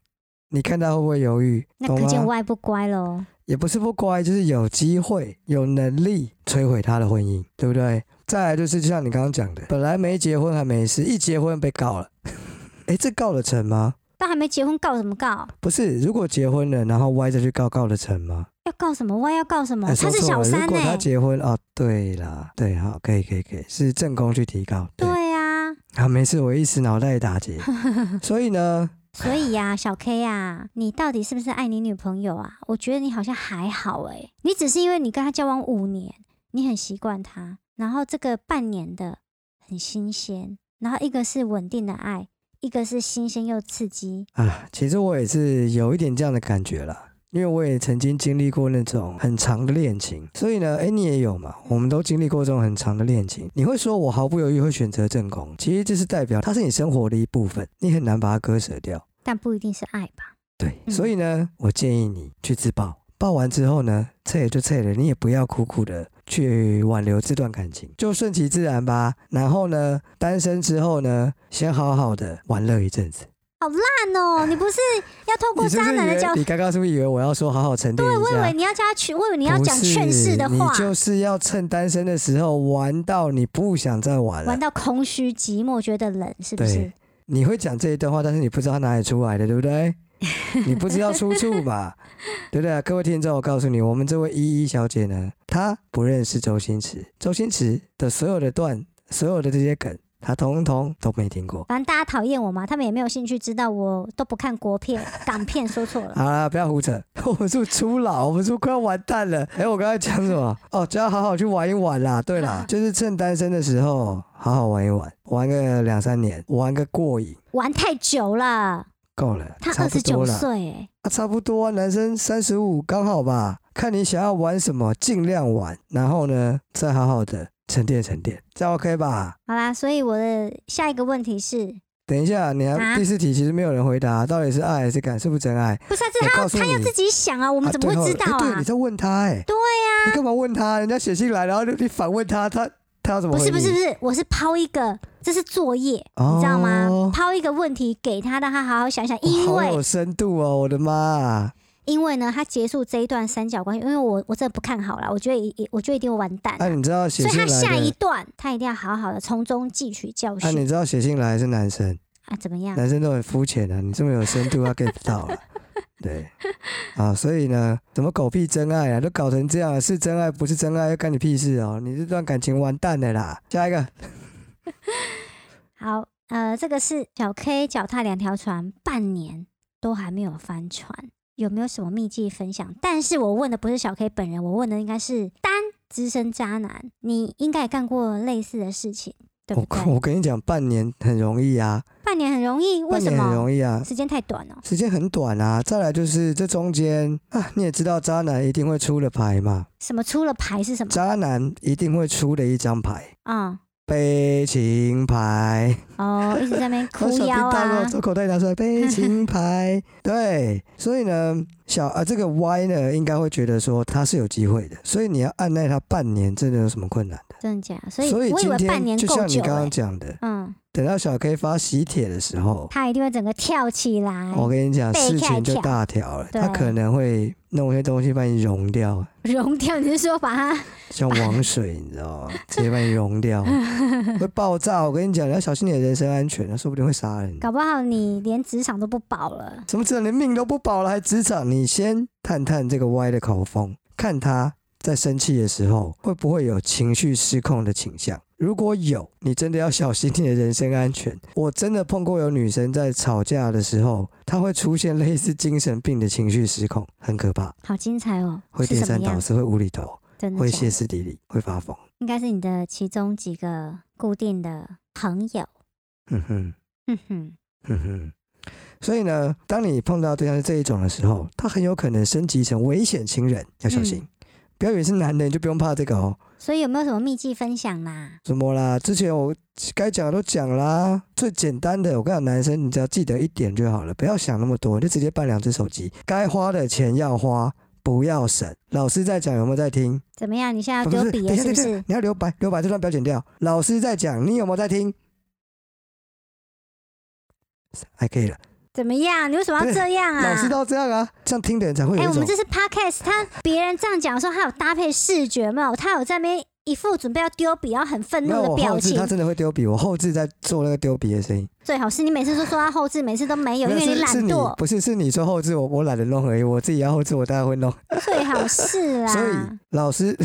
S1: 你看他会不会犹豫，
S2: 那
S1: 懂
S2: 可见
S1: 吗？
S2: Y 不乖喽。
S1: 也不是不乖，就是有机会、有能力摧毁他的婚姻，对不对？再来就是，就像你刚刚讲的，本来没结婚还没事，一结婚被告了， 诶，这告得成吗？
S2: 但还没结婚告什么告？
S1: 不是，如果结婚了，然后 Y 再去告，告得成吗？
S2: 要告什么？Y 要告什么？
S1: 哎
S2: 他
S1: 说
S2: 是
S1: 错
S2: 小
S1: 了
S2: 三欸
S1: 如果
S2: 呢、
S1: 他结婚哦，对啦，对，好，可以，可以，可以，是正宫去提告，对，
S2: 对啊，
S1: 啊，没事，我一时脑袋打 结，所以呢，
S2: 所以呀、小 K 啊，你到底是不是爱你女朋友啊？我觉得你好像还好诶、你只是因为你跟她交往五年，你很习惯她，然后这个半年的很新鲜，然后一个是稳定的爱，一个是新鲜又刺激。
S1: 啊，其实我也是有一点这样的感觉啦，因为我也曾经经历过那种很长的恋情，所以呢，哎，你也有嘛？我们都经历过这种很长的恋情。你会说我毫不犹豫会选择正宫，其实这是代表它是你生活的一部分，你很难把它割舍掉。
S2: 但不一定是爱吧？
S1: 对，
S2: 嗯
S1: 所以呢，我建议你去自爆，爆完之后呢，撤也就撤了，你也不要苦苦的去挽留这段感情，就顺其自然吧。然后呢，单身之后呢，先好好的玩乐一阵子。
S2: 看哦，你不是要透过
S1: 你是不
S2: 渣
S1: 是以
S2: 男的
S1: 为
S2: 教？
S1: 你刚刚是不是以为我要说好好沉淀一下？
S2: 我以为你要叫他去，我以为你要
S1: 不
S2: 讲
S1: 是
S2: 劝世的话
S1: 你，就是要趁单身的时候玩到你不想再玩了
S2: 玩。到空虚寂寞，觉得冷，是不是
S1: 对？，你会讲这一段话，但是你不知道它哪里出来的，对不 对？你不知道出处吧？对不对？各位听众，我告诉你，我们这位依依小姐呢，她不认识周星驰，周星驰的所有的段，所有的这些梗，她通通都没听过。
S2: 反正大家讨厌我嘛，他们也没有兴趣知道我都不看 国片、港片，说错了。
S1: 好啦，不要胡扯，我们是不是初老，我们是不是快要完蛋了。哎、我刚才讲什么？哦，只要好好去玩一玩啦。对啦， 就是趁单身的时候，好好玩一玩，玩个两三年，玩个过瘾，
S2: 玩太久了，
S1: 够了，
S2: 他
S1: 差
S2: 二
S1: 不
S2: 十
S1: 多
S2: 九
S1: 了。
S2: 岁哎，
S1: 啊，差不多啊，男生三十五刚好吧。看你想要玩什么，尽量玩，然后呢，再好好的沉淀沉淀，这样 OK 吧？
S2: 好啦，所以我的下一个问题是，
S1: 等一下，你还、
S2: 啊
S1: 第四题其实没有人回答，到底是爱还是感，是不是真爱？
S2: 不是、啊、这
S1: 我
S2: 他
S1: 告诉
S2: 他要
S1: 你
S2: 自己想啊，我
S1: 我
S2: 们怎么会知道
S1: 哎对，
S2: 啊
S1: 你？在问他哎、
S2: 对啊
S1: 呀、你干嘛问他？人家写信来，然后你你反问他，他他要怎么
S2: 不
S1: 回
S2: 是
S1: 你？
S2: 不是不是，我是抛一个，这是作业，
S1: 哦
S2: 你知道吗？抛一个问题给他，让他好好想想，因
S1: 哇好有
S2: 为
S1: 深度哦，我的妈、啊！
S2: 因为呢，他结束这一段三角关系，因为我我真的不看好啦，我觉得一我觉得一定会完蛋。
S1: 那、啊你知道写
S2: 所以
S1: 信
S2: 他下
S1: 来
S2: 一
S1: 的？
S2: 段，他一定要好好的从中汲取教
S1: 那、
S2: 训
S1: 啊你知道写信来的是男生？
S2: 啊！怎么样？
S1: 男生都很肤浅啊，你这么有深度，他 get 不到 了。对，啊，所以呢，怎么狗屁真爱啊，都搞成这样，是真爱不是真爱，又干你屁事哦！你这段感情完蛋了啦。下一个，
S2: 好，呃，这个是小 K 脚踏两条船，半年都还没有翻船，有没有什么秘籍分享？但是我问的不是小 K 本人，我问的应该是单资深渣男，你应该也干过类似的事情，对不
S1: 我
S2: 对？
S1: 我跟你讲，半年很容易啊，
S2: 半年很容易，为
S1: 半
S2: 什
S1: 年很
S2: 么？
S1: 容易啊，
S2: 时间太短了、
S1: 时间很短啊。再来就是这中间啊，你也知道，渣男一定会出的牌嘛，
S2: 什么出了牌是什么？
S1: 渣男一定会出的一张牌，
S2: 啊、
S1: 悲情 牌，
S2: 哦，一直在那边
S1: 我
S2: 哭
S1: 手臂
S2: 腰
S1: 大
S2: 啊
S1: 过，，从口袋拿 出来悲情牌。对，所以呢，小啊这个 Y 呢，应该会觉得说他是有机会的，所以你要按耐他半年，真的有什么困难的？
S2: 真的假的？所以
S1: 所以
S2: 我以
S1: 今
S2: 为半
S1: 天
S2: 年
S1: 就
S2: 够
S1: 像你
S2: 久、
S1: 刚
S2: 欸
S1: 刚，讲的，
S2: 嗯，
S1: 等到小 K 发喜帖的时候，
S2: 他一定会整个跳起来，
S1: 我跟你讲，
S2: 被
S1: 事
S2: 吓
S1: 情就
S2: 跳
S1: 大条了，
S2: 对
S1: 他可能会弄一些东西把你融掉，
S2: 融掉。你是说把他？
S1: 像王水，你知道 吗？直接把你融掉，会爆炸。我跟你讲，你要小心你的人身安全，他说不定会杀人。
S2: 搞不好你连职场都不保了。
S1: 什么职场连命都不保了，还职场？你先探探这个歪的口风，看他在生气的时候会不会有情绪失控的倾向。如果有，你真的要小心你的人身安全。我真的碰过有女生在吵架的时候，她会出现类似精神病的情绪失控，很可怕，
S2: 好精彩哦！
S1: 会
S2: 是
S1: 颠
S2: 什么
S1: 三倒
S2: 样？
S1: 四，会无厘头，
S2: 真的
S1: 会
S2: 假的
S1: 歇斯底里，会发疯。
S2: 应该是你的其中几个固定的朋友。
S1: 哼嗯哼。
S2: 哼哼，
S1: 哼哼， 所以呢，当你碰到对象是这一种的时候，他很有可能升级成危险情人，要小
S2: 嗯
S1: 心。不要以为是男的你就不用怕这个哦。
S2: 所以有没有什么秘籍分享啦？
S1: 什么啦？之前我该讲的都讲啦，最简单的，我跟你讲，男生你只要记得一点就好了，不要想那么多，你就直接办两只手机，该花的钱要花，不要省。老师在讲，有没有在听？
S2: 怎么样？你现在要
S1: 不是，等
S2: 丢笔
S1: 一
S2: 了
S1: 下，
S2: 是
S1: 等
S2: 不
S1: 一
S2: 是
S1: 下？，你要留白，留白这段不要剪掉。老师在讲，你有没有在听？还可以了。
S2: 怎么样？你为什么
S1: 不
S2: 要
S1: 是
S2: 这样啊？
S1: 老师都这样啊，这样听的人才会有
S2: 哎、
S1: 一
S2: 我
S1: 种
S2: 们这是 podcast，他别人这样讲的时候，他有搭配视觉有没有？他有在那边一副准备要丢笔，然后很愤
S1: 没
S2: 怒
S1: 有
S2: 的
S1: 我
S2: 表
S1: 后置，
S2: 情
S1: 他。真的会丢笔，我后置在做那个丢笔的声音。
S2: 最好是你每次都说他后置，每次都没有，因
S1: 没
S2: 为
S1: 是
S2: 懒
S1: 是你
S2: 惰。
S1: 不是是你说后置，我我懒得弄而已，我自己要后置，我当然会弄。
S2: 最好是啊
S1: 所以
S2: 啦。
S1: 老师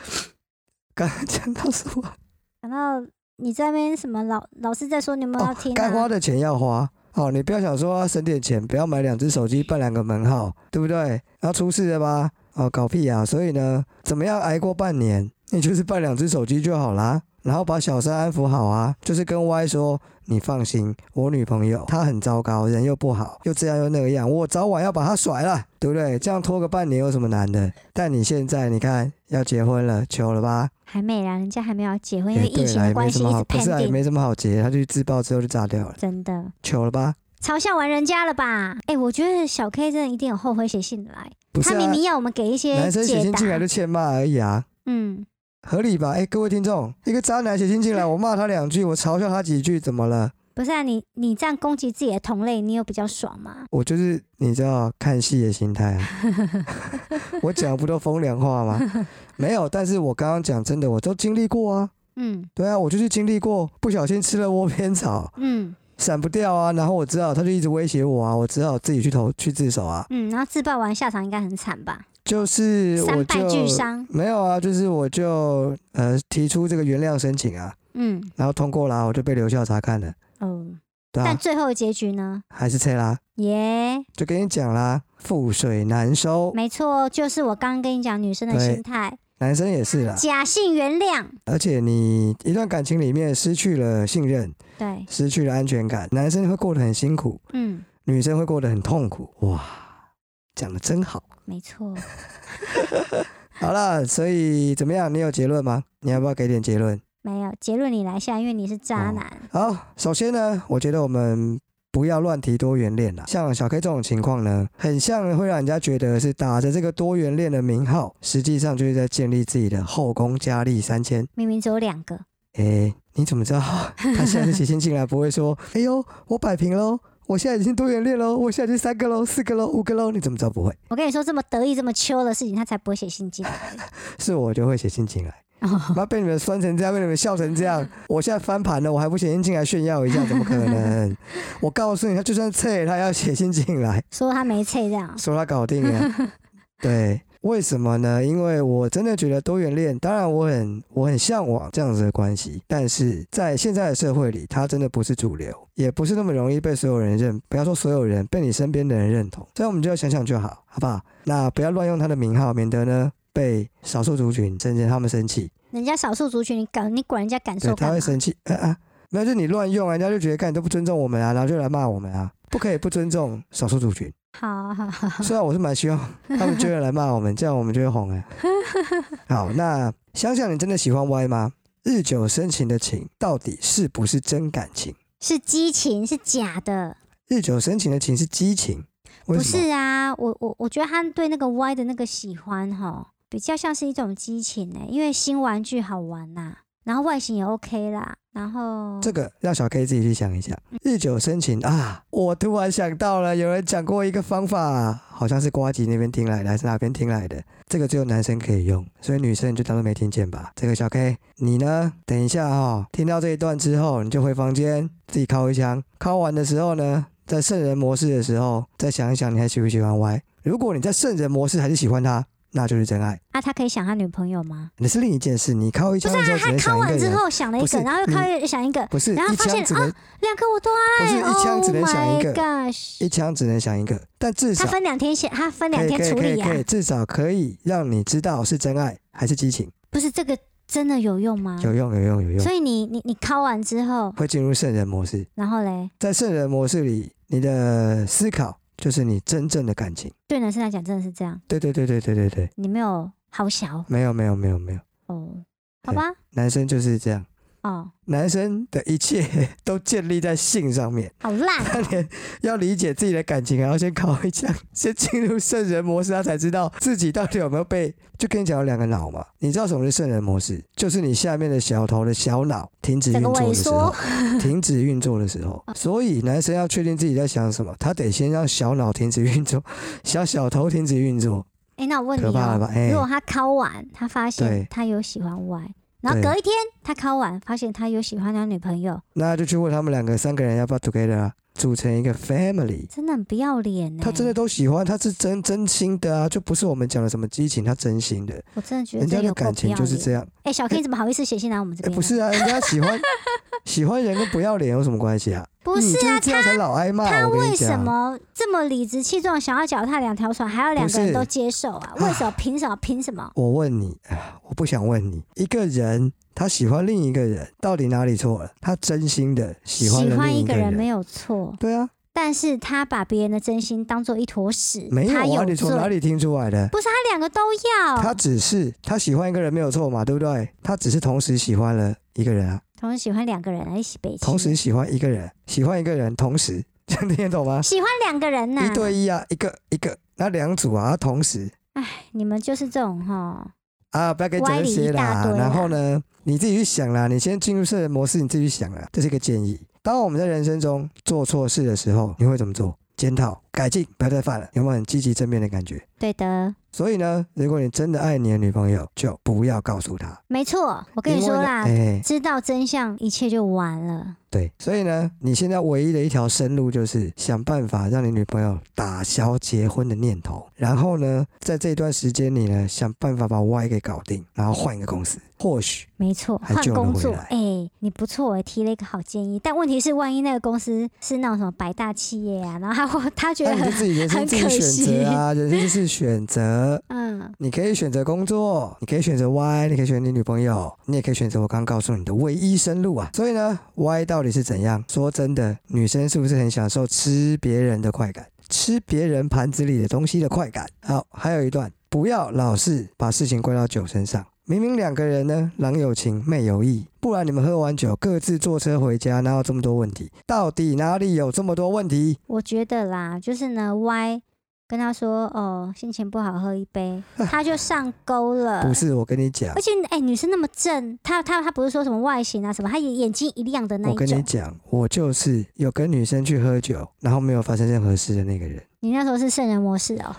S1: 刚刚讲到什么？
S2: 然后你在那边什么老老师在说你有没有要
S1: 哦
S2: 听、，
S1: 该花
S2: 啊？
S1: 的钱要花。哦，你不要想说、啊、省点钱，不要买两只手机办两个门号，对不对？然后出事了吧？哦，搞屁啊！所以呢，怎么样挨过半年，你就是办两只手机就好啦。然后把小三安抚好啊，就是跟 Y 说，你放心，我女朋友她很糟糕，人又不好，又这样又那样，我早晚要把她甩了，对不对？这样拖个半年有什么难的？但你现在你看要结婚了，糗了吧？
S2: 还没啦，人家还没有要结婚，因为
S1: 也
S2: 疫
S1: 哎对
S2: 情
S1: 啦，也
S2: 的
S1: 没
S2: 关
S1: 什
S2: 系
S1: 么
S2: 一直
S1: 好，不是啊，也
S2: pending，
S1: 没什么好结，他去自爆之后就炸掉了，
S2: 真的
S1: 糗了吧？
S2: 嘲笑完人家了吧？哎、我觉得小 K 真的一定有后悔写信来，
S1: 不是、啊、
S2: 他明明要我们给一些
S1: 男生写
S2: 解
S1: 信
S2: 答
S1: 进。来就欠骂而已啊，
S2: 嗯，
S1: 合理吧？哎、各位听众，一个渣男写信进 来，我骂他两句，我嘲笑他几句，怎么了？
S2: 不是啊，你你这样攻击自己的同类，你有比较爽吗？
S1: 我就是你知道看戏的心态 啊，我讲不都风凉话吗？没有，但是我刚刚讲真的，我都经历过啊。
S2: 嗯
S1: 对啊，我就是经历过，不小心吃了窝边草，
S2: 嗯
S1: 闪不掉啊。然后我知道他就一直威胁我啊，我只好自己去投去自首啊。
S2: 嗯，然后自爆完下场应该很惨吧？
S1: 就是我
S2: 三败
S1: 就
S2: 俱伤。
S1: 没有啊，就是我就呃提出这个原谅申请啊，
S2: 嗯
S1: 然后通过啦，我就被留校察看了。
S2: 哦，
S1: 对
S2: 但
S1: 啊，
S2: 最后的结局呢？
S1: 还是催啦，
S2: 耶、
S1: 就跟你讲啦，覆水难收，
S2: 没错，哦就是我刚刚跟你讲女生的
S1: 哦对
S2: 心态，
S1: 男生也是啦。
S2: 假性原谅。
S1: 而且你一段感情里面失去了信任，
S2: 对，
S1: 失去了安全感，男生会过得很辛苦，
S2: 嗯，
S1: 女生会过得很痛苦。哇，讲的真好。
S2: 没错。哦
S1: 好啦，所以怎么样？你有结论吗？你要不要给点结论？
S2: 没有结论，你来下，因为你是渣
S1: 哦
S2: 男。
S1: 好，首先呢，我觉得我们不要乱提多元恋啦。啊像小 K 这种情况呢，很像会让人家觉得是打着这个多元恋的名号，实际上就是在建立自己的后宫佳丽三千。
S2: 明明只有两个，
S1: 诶，你怎么知道 他下次写信进来不会说， 哎呦，我摆平喽，我现在已经多元恋喽，我现在已经三个喽，四个喽，五个喽？你怎么知道不会？
S2: 我跟你说这么得意、这么秋的事情，他才不会写信进来。
S1: 是我就会写信进来。
S2: 哦，
S1: 妈被你们酸成这样，被你们笑成这样，我现在翻盘了，我还不写信进来炫耀一下？怎么可能？我告诉你，他就算菜，他也要写信进来。
S2: 说他没菜这样。
S1: 说他搞定了。对，为什么呢？因为我真的觉得多元恋，当然我很我很向往这样子的关系，但是在现在的社会里，它真的不是主流，也不是那么容易被所有人认，不要说所有人，被你身边的人认同。所以我们就要想想就好，好不好？那不要乱用他的名号，免得呢。被少数族群甚至他们生气，
S2: 人家少数族群，你搞你管人家感
S1: 对，他
S2: 受干
S1: 会
S2: 嘛？
S1: 生气。啊啊，没有，就你乱用啊，人家就觉得干你都不尊重我们啊，然后就来骂我们啊，不可以不尊重少数族群。
S2: 好啊好好，
S1: 虽然我是蛮希望他们啊就会来骂我们，这样我们就会红哎、好，那想想你真的喜欢 Y 吗？日久生情的情到底是不是真感情？
S2: 是激情，是假的，
S1: 日久生情的情是激情，为
S2: 不
S1: 什么？
S2: 是啊。我我我觉得他对那个 Y 的那个喜欢哈，比较像是一种激情呢、因为新玩具好玩呐、然后外形也 OK 啦，然后
S1: 这个让小 K 自己去想一下。日久生情啊，我突然想到了，有人讲过一个方法，好像是瓜吉那边听来的，还是哪边听来的？这个只有男生可以用，所以女生你就当做没听见吧。这个小 K，你呢？等一下哦，听到这一段之后，你就回房间自己敲一枪。敲完的时候呢，在圣人模式的时候，再想一想你还喜不喜欢 Y。如果你在圣人模式还是喜欢他，那就是真爱。
S2: 啊，他可以想他女朋友吗？
S1: 那是另一件事。你敲一枪的时候只能
S2: 啊敲
S1: 想一个
S2: 完之
S1: 人，
S2: 后想了一
S1: 不是
S2: 个，然后又
S1: 你
S2: 敲又想一个，
S1: 不是
S2: 然后
S1: 一
S2: 发现啊
S1: 枪只能
S2: 两个我都
S1: 不
S2: 爱，
S1: 是一枪只能想一个
S2: Oh my gosh！
S1: 一枪只能想一个，但至少
S2: 他分两天写，他分
S1: 可
S2: 两
S1: 以
S2: 天
S1: 可以
S2: 处
S1: 可以
S2: 理啊
S1: 可，以，至少可以让你知道是真爱还是激情，
S2: 不是这个真的有用吗？
S1: 有用有用有用
S2: 嗯所，以你你你敲完之后，
S1: 会进入圣人模式。
S2: 然后嘞，
S1: 在圣人模式里，你的思考就是你真正的感情。
S2: 对男生来讲真的是这样，
S1: 对对对对对对对，
S2: 你没有好小
S1: 没有没有没有没有，
S2: 哦，好
S1: 对
S2: 吧，
S1: 男生就是这样，
S2: 哦，
S1: 男生的一切 都建立在性上面。
S2: 好 烂，
S1: 他连要理解自己的感情，啊还要先考一下，先进入圣人模式，他才知道自己到底有没有被。就跟你讲有两个脑嘛，你知道什么是圣人模式？就是你下面的小头的小脑停止运
S2: 整个
S1: 作
S2: 萎
S1: 的时候
S2: 缩，，
S1: 停止运作的时候。所以男生要确定自己在想什么，他得先让小脑停止运作，小小头停止运作，
S2: 哎、那我问你
S1: 可怕了吧
S2: 哦，？
S1: 哎、
S2: 如果他敲完，他发现
S1: 对
S2: 他有喜欢 Y，然后
S1: 对
S2: 隔一天他敲完，发现他有喜欢他女朋友，
S1: 那就去问他们两个三个人要不要 together 啊，组成一个 family。
S2: 真的很不要脸欸呢、
S1: 他真的，都喜欢，他是真真心的啊，就不是我们讲的什么激情，他真心的。
S2: 我真的觉得
S1: 人家
S2: 这有
S1: 的
S2: 够
S1: 感情就是
S2: 不要脸
S1: 这样。
S2: 哎、小 K 你怎么好意思写信来我们这
S1: 哎、
S2: 边、
S1: 不，是啊，人家喜欢喜欢人跟不要脸有什么关系啊？
S2: 不
S1: 你
S2: 是
S1: 就是
S2: 啊，
S1: 这样才老挨骂。
S2: 他
S1: 我跟
S2: 为
S1: 你
S2: 什
S1: 讲，
S2: 么这么理直气壮，想要脚踏两条船，还要两个人
S1: 不是
S2: 都接受啊？为什么？凭什么？凭什么？
S1: 我问你，啊我不想问你，一个人他喜欢另一个人，到底哪里错了？他真心的喜欢了另
S2: 一
S1: 个
S2: 人没有错，
S1: 对啊，
S2: 但是他把别人的真心当做一坨屎，
S1: 没
S2: 他
S1: 有啊，
S2: 有
S1: 你
S2: 罪哦
S1: 从。哪里听出来的？
S2: 不是他两个都
S1: 他
S2: 要，
S1: 只是他喜欢一个人没有错嘛，对不对？他只是同时喜欢了一个人啊，
S2: 同时喜欢两个人来一起北京，
S1: 同时喜欢一个人，喜欢一个人，同时， 这样听得懂吗？
S2: 喜欢两个人呐、
S1: 一对一啊，一个一个，那两组啊，同时，
S2: 你们就是这种哈，
S1: 啊，不要跟你讲这些
S2: 歪理一大
S1: 啦
S2: 堆。啦
S1: 然后呢，你自己去想啦，你先进入圣人模式，你自己去想啦。这是一个建议。当我们在人生中做错事的时候，你会怎么做？检讨、改进，不要再犯了。有没有很积极正面的感觉？
S2: 对的，
S1: 所以呢，如果你真的爱你的女朋友，就不要告诉她。
S2: 没错。我
S1: 我
S2: 跟你说啦，
S1: 哎、
S2: 知道真相，一切就完了。
S1: 对，所以呢，你现在唯一的一条生路就是想办法让你女朋友打消结婚的念头，然后呢，在这段时间里呢，想办法把 Y 给搞定，然后换一个公司，或许
S2: 没错，
S1: 还
S2: 换
S1: 救了
S2: 工
S1: 回
S2: 作，
S1: 来
S2: 哎、你不错、哎，提了一个好建议。但问题是，万一那个公司是那种什么百大企业啊，然后他他觉
S1: 那哎你就
S2: 得很，
S1: 自己人生
S2: 很
S1: 自
S2: 可
S1: 己选择啊，人生就是选择。
S2: 嗯，
S1: 你可以选择工作，你可以选择 Y，你可以选择你女朋友，你也可以选择我刚告诉你的唯一生路啊。所以呢，Y 到底是怎样？说真的，女生是不是很享受吃别人的快感，吃别人盘子里的东西的快感？好，还有一段，不要老是把事情怪到酒身上。明明两个人呢，郎有情，妹有意，不然你们喝完酒各自坐车回家，哪有这么多问题？到底哪里有这么多问题？
S2: 我觉得啦，就是呢，Y 跟他说，哦，心情不好，喝一杯，他就上钩了。
S1: 不是，我跟你讲
S2: 而。且，哎、女生那么正，她她她不是说什么外形啊什么，她眼眼睛一亮的那
S1: 我
S2: 一
S1: 跟你
S2: 种。
S1: 讲，我就是有跟女生去喝酒，然后没有发生任何事的那个人。
S2: 你那时候是圣人模式哦、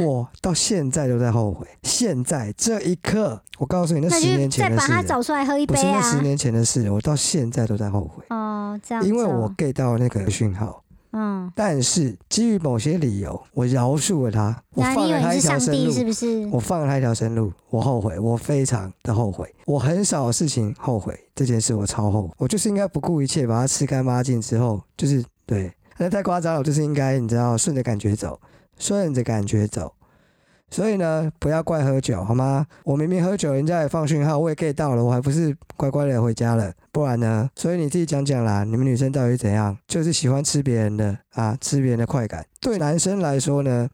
S1: 我到现在都在后悔。现在这一刻，我告诉你，那
S2: 那
S1: 十
S2: 就
S1: 年
S2: 再
S1: 前的
S2: 把
S1: 事
S2: 她
S1: 了，
S2: 找出来喝一
S1: 不
S2: 杯
S1: 是那
S2: 啊。
S1: 十年前的事了，我到现在都在后悔，
S2: 哦，这样子、哦。
S1: 因为我 get 到那个讯号。
S2: 嗯，
S1: 但是基于某些理由，我饶恕了他，我
S2: 那你
S1: 放
S2: 以
S1: 了
S2: 为
S1: 他
S2: 你
S1: 一
S2: 是上
S1: 条生
S2: 帝是
S1: 路。
S2: 不是？
S1: 我放了他一条生路，我后悔，我非常的后悔，我很少有事情后悔，这件事我超后悔，我就是应该不顾一切把它吃干抹净之后，就是对，那太夸张了，我就是应该你知道顺着感觉走，顺着感觉走。所以呢，不要怪喝酒好吗？我明明喝酒，人家也放讯号，我也 get 到了，我还不是乖乖的回家了？不然呢？所以你自己讲讲啦，你们女生到底是怎样？就是喜欢吃别人的啊，吃别人的快感。对男生来说呢，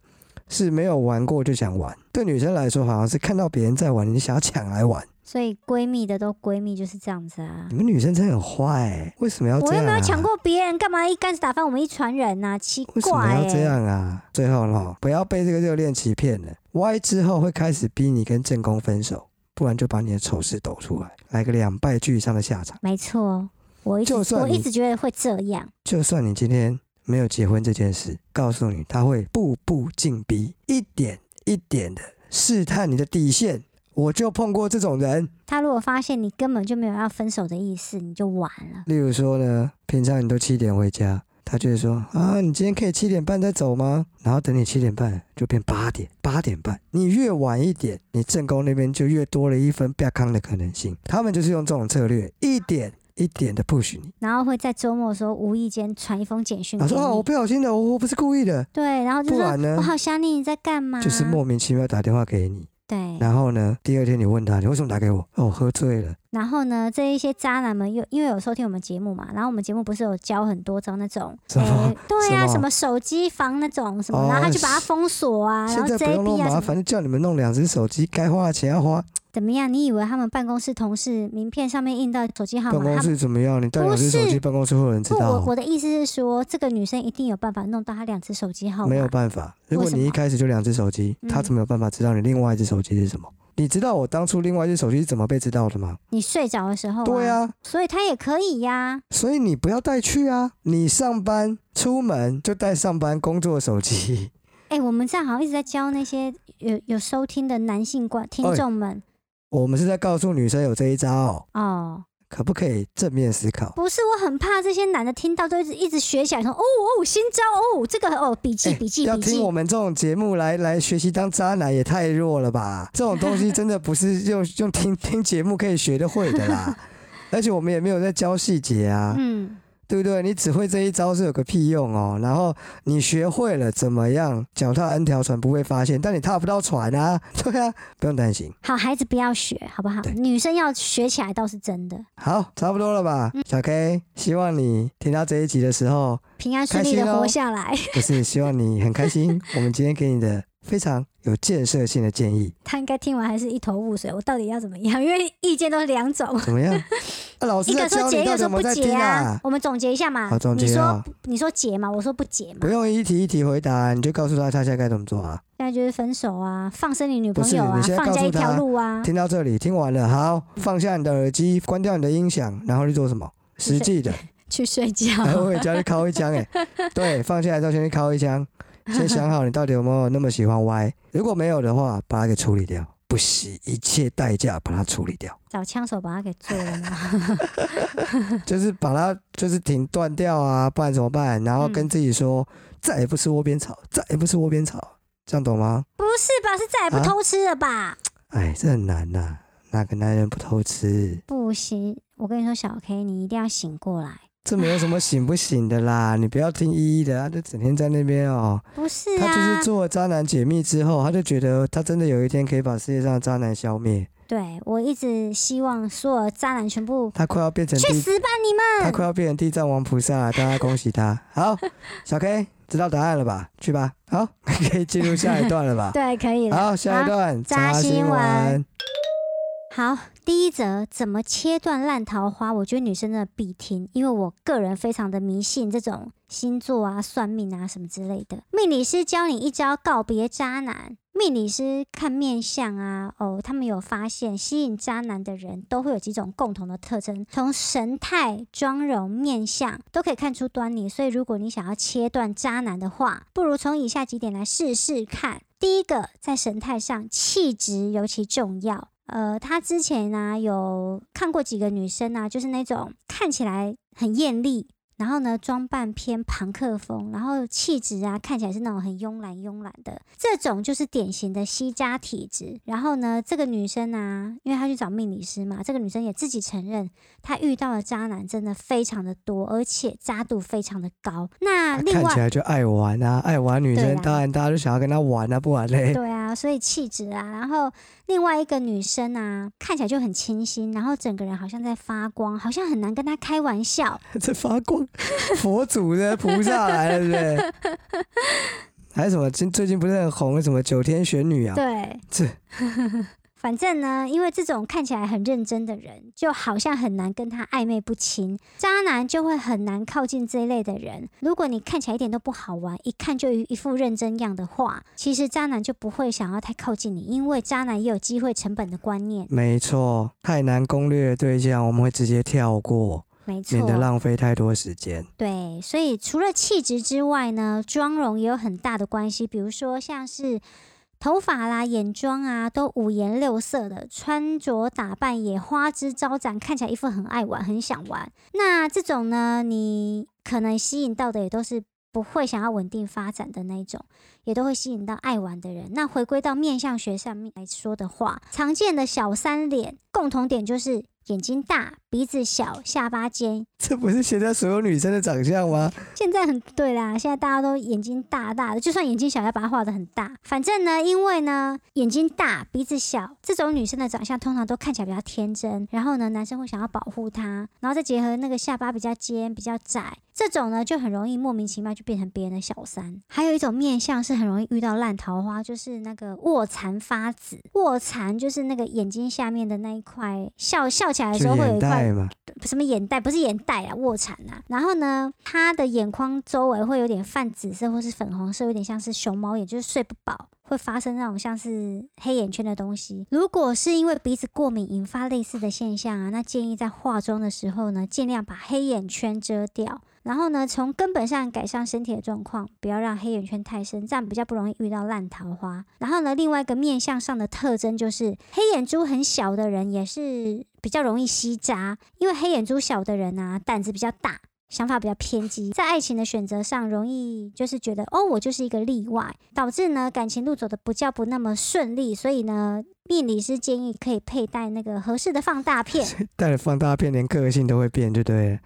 S1: 是没有玩过就想玩；对女生来说，好像是看到别人在玩，你想要抢来玩。
S2: 所以闺蜜的都闺蜜就是这样子啊
S1: 你。们女生真的很坏、欸，为什么要这
S2: 我又
S1: 样、啊？
S2: 没有抢过别人，干嘛一竿子打翻我们一船人呐、奇
S1: 为什
S2: 怪、
S1: 么
S2: 欸，
S1: 要这样啊？最后呢，不要被这个热恋期骗了。Y 之后会开始逼你跟正宫分手，不然就把你的丑事抖出来，来个两败俱伤的下场。
S2: 没错，我一直
S1: 就算
S2: 我
S1: 你
S2: 一直觉得会这样，
S1: 就算你今天没有结婚这件事，告诉你他会步步进逼，一点一点的试探你的底线。我就碰过这种人，
S2: 他如果发现你根本就没有要分手的意思，你就完了。
S1: 例如说呢，平常你都七点回家，他就会说啊，你今天可以七点半再走吗？然后等你七点半就变八点，八点半，你越晚一点，你正宫那边就越多了一分不要康的可能性。他们就是用这种策略，一点一点的 push 你，
S2: 然后会在周末的时候无意间传一封简讯给
S1: 他
S2: 你，
S1: 说啊，我不小心的，我我不是故意的，
S2: 对，然后就
S1: 不
S2: 说
S1: 然呢
S2: 我好想你，你在干嘛？
S1: 就是莫名其妙打电话给你。
S2: 对，
S1: 然后呢，第二天你问他，你为什么打给我？哦，我喝醉了。
S2: 然后呢，这一些渣男们又因为有收听我们节目嘛，然后我们节目不是有教很多招那种，
S1: 什么
S2: 诶对
S1: 什
S2: 啊，
S1: 么
S2: 什么手机防那种什么，
S1: 哦
S2: 然后他就把它封锁啊，然
S1: 现
S2: 后
S1: 在不用那
S2: JB
S1: 么
S2: 啊
S1: 麻
S2: 什么
S1: 烦，就叫你们弄两只手机，该花的钱要花。
S2: 怎么样？你以为他们办公室同事名片上面印到手机号
S1: 办
S2: 码，
S1: 公
S2: 他们
S1: 室怎么样？你带两只手
S2: 不
S1: 机，
S2: 是
S1: 办公室会有人知
S2: 不，
S1: 道
S2: 我
S1: 哦。
S2: 我的意思是说，这个女生一定有办法弄到她两只手机号码，
S1: 没有办法，如果
S2: 为什
S1: 你
S2: 么
S1: 一开始就两只手机，他
S2: 嗯
S1: 怎么有办法知道你另外一只手机是什么？你知道我当初另外一只手机是怎么被知道的吗？
S2: 你睡着的时候、
S1: 对
S2: 啊，
S1: 啊，
S2: 所以她也可以呀、
S1: 所以你不要带去啊！你上班出门就带上班工作手机，
S2: 哎、我们这样好像一直在教那些有有收听的男性
S1: 哎
S2: 观听众们
S1: 我们是在告诉女生有这一招哦、
S2: 哦，
S1: 可不可以正面思考？
S2: 不是，我很怕这些男的听到都一直一直学起来说，哦哦，新招哦，这个哦，笔记
S1: 哎
S2: 笔记
S1: 要
S2: 笔
S1: 听
S2: 记
S1: 我，们这种节目来来学习当渣男也太弱了吧！这种东西真的不是 用用听听节目可以学得会的 啦，而且我们也没有在教细节啊。
S2: 嗯，
S1: 对不对？你只会这一招是有个屁用哦。然后你学会了怎么样脚踏 N 条船不被发现，但你踏不到船啊。 对啊，不用担心。
S2: 好孩子不要学，好不好
S1: 对？
S2: 女生要学起来倒是真的，
S1: 好，差不多了吧，
S2: 嗯
S1: 小 K。希望你听到这一集的时候，
S2: 平安顺利的
S1: 开心哦
S2: 活下来，
S1: 不是希望你很开心。我们今天给你的非常有建设性的建议，
S2: 他应该听完还是一头雾水，我到底要怎么样？因为意见都是两种，
S1: 怎么 样？啊、老师
S2: 一
S1: 在
S2: 个
S1: 教
S2: 说结，
S1: 你
S2: 一
S1: 到
S2: 个
S1: 底
S2: 说
S1: 有没有
S2: 不
S1: 在
S2: 结
S1: 听
S2: 啊
S1: 啊。？
S2: 我们总结一下嘛
S1: 好，总
S2: 你
S1: 结
S2: 说
S1: 啊
S2: 你说结嘛，我说不结嘛
S1: 不，用一题一题回答，你就告诉他他现在该怎么做啊。
S2: 现在就是分手啊，放生你女朋
S1: 不是
S2: 友啊
S1: 你现，在
S2: 放人
S1: 告
S2: 家
S1: 诉
S2: 一条
S1: 他
S2: 路啊，
S1: 听到这里，听完了，好，放下你的耳机，关掉你的音响，然后去做什么？实际的，
S2: 去睡觉。
S1: 然后回家去敲一枪，哎，对，放下来之后先去敲一枪，先想好你到底有没有那么喜欢 Y，如果没有的话，把它给处理掉，不惜一切代价把它处理 掉，
S2: 找枪手把他给做了嘛。
S1: 就是把它就是停断掉啊，不然怎么办？然后跟自己说，再也不吃窝边草，再也不吃窝边草，这样懂吗？
S2: 不是吧？是再也不
S1: 啊
S2: 偷吃了吧？
S1: 哎，这很难呐、哪个男人不偷吃？
S2: 不行，我跟你说，小 K，你一定要醒过来。
S1: 这没有什么醒不醒的啦，你不要听依依的，他就整天在那边哦、
S2: 不是
S1: 他就是
S2: 啊，
S1: 做了渣男解密之后，他就觉得他真的有一天可以把世界上的渣男消灭，
S2: 对我一直希望所有渣男全部
S1: 他快要变成
S2: 去
S1: 地，
S2: 死吧你
S1: 他
S2: 们！？
S1: 快要变成地藏王菩萨了，大家恭喜他。好，小 K 知道答案了吧？去吧，好， 可以进入下一段了吧
S2: 对，可以了。
S1: 好，下一段
S2: 渣新
S1: 新
S2: 闻。好，第一则怎么切断烂桃花？我觉得女生真的必听，因为我个人非常的迷信这种星座啊、算命啊什么之类的。命理师教你一招告别渣男。命理师看面相啊，哦，他们有发现吸引渣男的人都会有几种共同的特征，从神态、妆容、面相都可以看出端倪。所以，如果你想要切断渣男的话，不如从以下几点来试试看。第一个，在神态上，气质尤其重要。呃，他之前呢、有看过几个女生啊，就是那种看起来很艳丽，然后呢装扮偏朋克风，然后气质啊看起来是那种很慵懒慵懒的，这种就是典型的西家体质。然后呢，这个女生啊，因为她去找命理师嘛，这个女生也自己承认，她遇到的渣男真的非常的多，而且渣度非常的高。
S1: 他
S2: 那啊另
S1: 看
S2: 外
S1: 起来就爱玩啊，爱玩女
S2: 对
S1: 生，
S2: 啦
S1: 当然大家就想要跟他玩啊，不玩嘞。
S2: 对啊，所以气质啊，然后另外一个女生啊，看起来就很清新，然后整个人好像在发光，好像很难跟她开玩笑。
S1: 在发光，佛祖的菩萨来了，对不对？还有什么？最最近不是很红的什么九天玄女啊？
S2: 对，
S1: 这
S2: 反正呢，因为这种看起来很认真的人，就好像很难跟他暧昧不清，渣男就会很难靠近这一类的人。如果你看起来一点都不好玩，一看就一副认真样的话，其实渣男就不会想要太靠近你，因为渣男也有机会成本的观念。
S1: 没错，太难攻略的对象我们会直接跳过，
S2: 没错，
S1: 免得浪费太多时间。
S2: 对，所以除了气质之外呢，妆容也有很大的关系。比如说像是头发啦、眼妆啊，都五颜六色的，穿着打扮也花枝招展，看起来一副很爱玩、很想玩。那这种呢，你可能吸引到的也都是不会想要稳定发展的那一种，也都会吸引到爱玩的人。那回归到面相学上面来说的话，常见的小三脸共同点就是眼睛大、鼻子小、下巴尖，
S1: 这不是现在所有女生的长相吗？
S2: 现在很对啦，啊现在大家都眼睛大大的，就算眼睛小，要把它画的很大。反正呢，因为呢眼睛大、鼻子小，这种女生的长相通常都看起来比较天真，然后呢男生会想要保护她，然后再结合那个下巴比较尖、比较窄，这种呢就很容易莫名其妙就变成别人的小三。还有一种面相是很容易遇到烂桃花，就是那个卧蚕发紫。卧蚕就是那个眼睛下面的那一块，笑笑起来的
S1: 就
S2: 时候会有
S1: 眼
S2: 一块
S1: 袋嘛，
S2: 什么眼袋，不是眼袋啊，卧蚕啊。然后呢，他的眼眶周围会有点泛紫色或是粉红色，有点像是熊猫眼，就是睡不饱，会发生那种像是黑眼圈的东西。如果是因为鼻子过敏引发类似的现象啊，那建议在化妆的时候呢，尽量把黑眼圈遮掉。然后呢，从根本上改善身体的状况，不要让黑眼圈太深，这样比较不容易遇到烂桃花。然后呢，另外一个面相上的特征就是，黑眼珠很小的人也是比较容易吸渣，因为黑眼珠小的人啊，胆子比较大。想法比较偏激，在爱情的选择上容易就是觉得哦，我就是一个例外，导致呢感情路走的不叫不那么顺利，所以呢，命理师建议可以佩戴那个合适的放大片，
S1: 带了放大片，连个性都会变，就对了。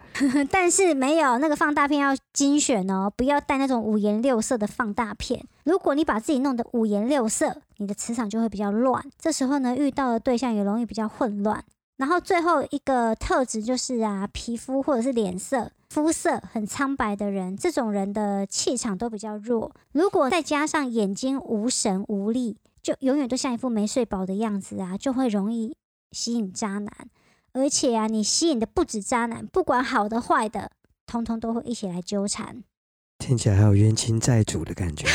S2: 但是没有那个放大片要精选哦，不要带那种五颜六色的放大片。如果你把自己弄得五颜六色，你的磁场就会比较乱。这时候呢，遇到的对象也容易比较混乱。然后最后一个特质就是啊，皮肤或者是脸色、肤色很苍白的人，这种人的气场都比较弱。如果再加上眼睛无神无力，就永远都像一副没睡饱的样子啊，就会容易吸引渣男。而且啊，你吸引的不止渣男，不管好的坏的，通通都会一起来纠缠。
S1: 听起来还有冤亲债主的感觉，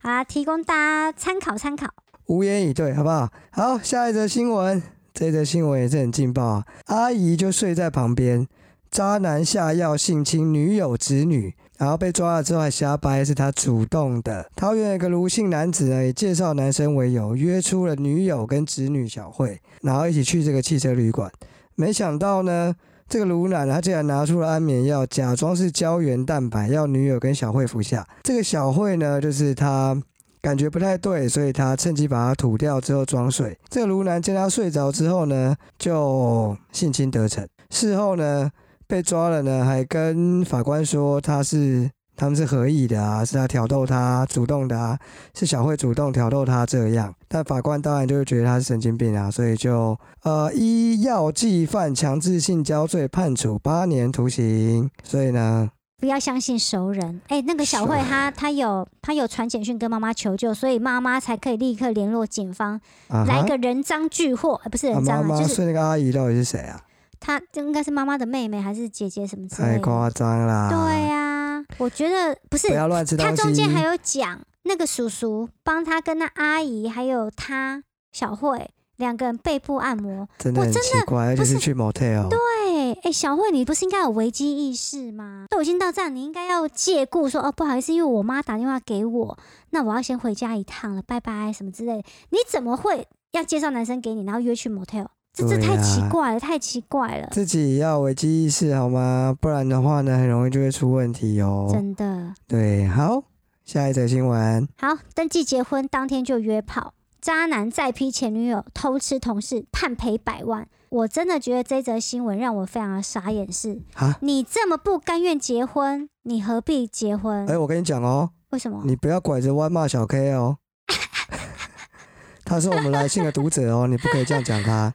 S2: 好啦，提供大家参考参考。
S1: 无言以对，好不好？好，下一则新闻，这则新闻也是很劲爆啊！阿姨就睡在旁边，渣男下药性侵女友侄女，然后被抓了之后还瞎掰是他主动的。桃园有一个卢姓男子呢，以介绍男生为由，约出了女友跟侄女小慧，然后一起去这个汽车旅馆。没想到呢，这个卢奶他竟然拿出了安眠药，假装是胶原蛋白，要女友跟小慧服下。这个小慧呢，就是他感觉不太对，所以他趁机把它吐掉之后装睡。这个卢南见他睡着之后呢，就性侵得逞。事后呢，被抓了呢，还跟法官说他是他们是合意的啊，是他挑逗他主动的啊，是小慧主动挑逗他这样。但法官当然就会觉得他是神经病啊，所以就呃依药剂犯强制性交罪判处八年徒刑。所以呢，
S2: 不要相信熟人。哎、那个小慧
S1: 熟人
S2: 她她有她有传简讯跟妈妈求救，所以妈妈才可以立刻联络警方，
S1: 啊哈
S2: 来个人赃俱获，呃不是
S1: 啊
S2: 人
S1: 妈
S2: 赃、
S1: 妈
S2: 啊，就是
S1: 睡那个阿姨到底是谁啊？
S2: 她这应该是妈妈的妹妹还是姐姐什么之类
S1: 太
S2: 的。
S1: 夸张啦！
S2: 对呀、我觉得不是
S1: 不要乱吃东
S2: 他
S1: 西。
S2: 中间还有讲那个叔叔帮他跟那阿姨还有他小慧两个人背部按摩。
S1: 真的
S2: 我
S1: 很
S2: 真
S1: 奇怪，而且
S2: 不
S1: 是
S2: 是
S1: 去 motel，
S2: 对，哎，小慧，你不是应该有危机意识吗？都已经到这样，你应该要借故说哦，不好意思，因为我妈打电话给我，那我要先回家一趟了，拜拜什么之类的。你怎么会要介绍男生给你，然后约去 motel？这这
S1: 对
S2: 太奇
S1: 啊
S2: 怪了，太奇怪了，
S1: 自己要危机意识好吗？不然的话呢，很容易就会出问题哦。
S2: 真的。
S1: 对，好，下一则新闻，
S2: 好，登记结婚当天就约炮，渣男再批前女友偷吃同事，判赔百万。我真的觉得这则新闻让我非常的傻眼是，
S1: 啊
S2: 你这么不甘愿结婚，你何必结婚？
S1: 哎、我跟你讲哦，
S2: 为什么？
S1: 你不要拐着弯骂小 K 哦，他是我们来信的读者哦，你不可以这样讲他。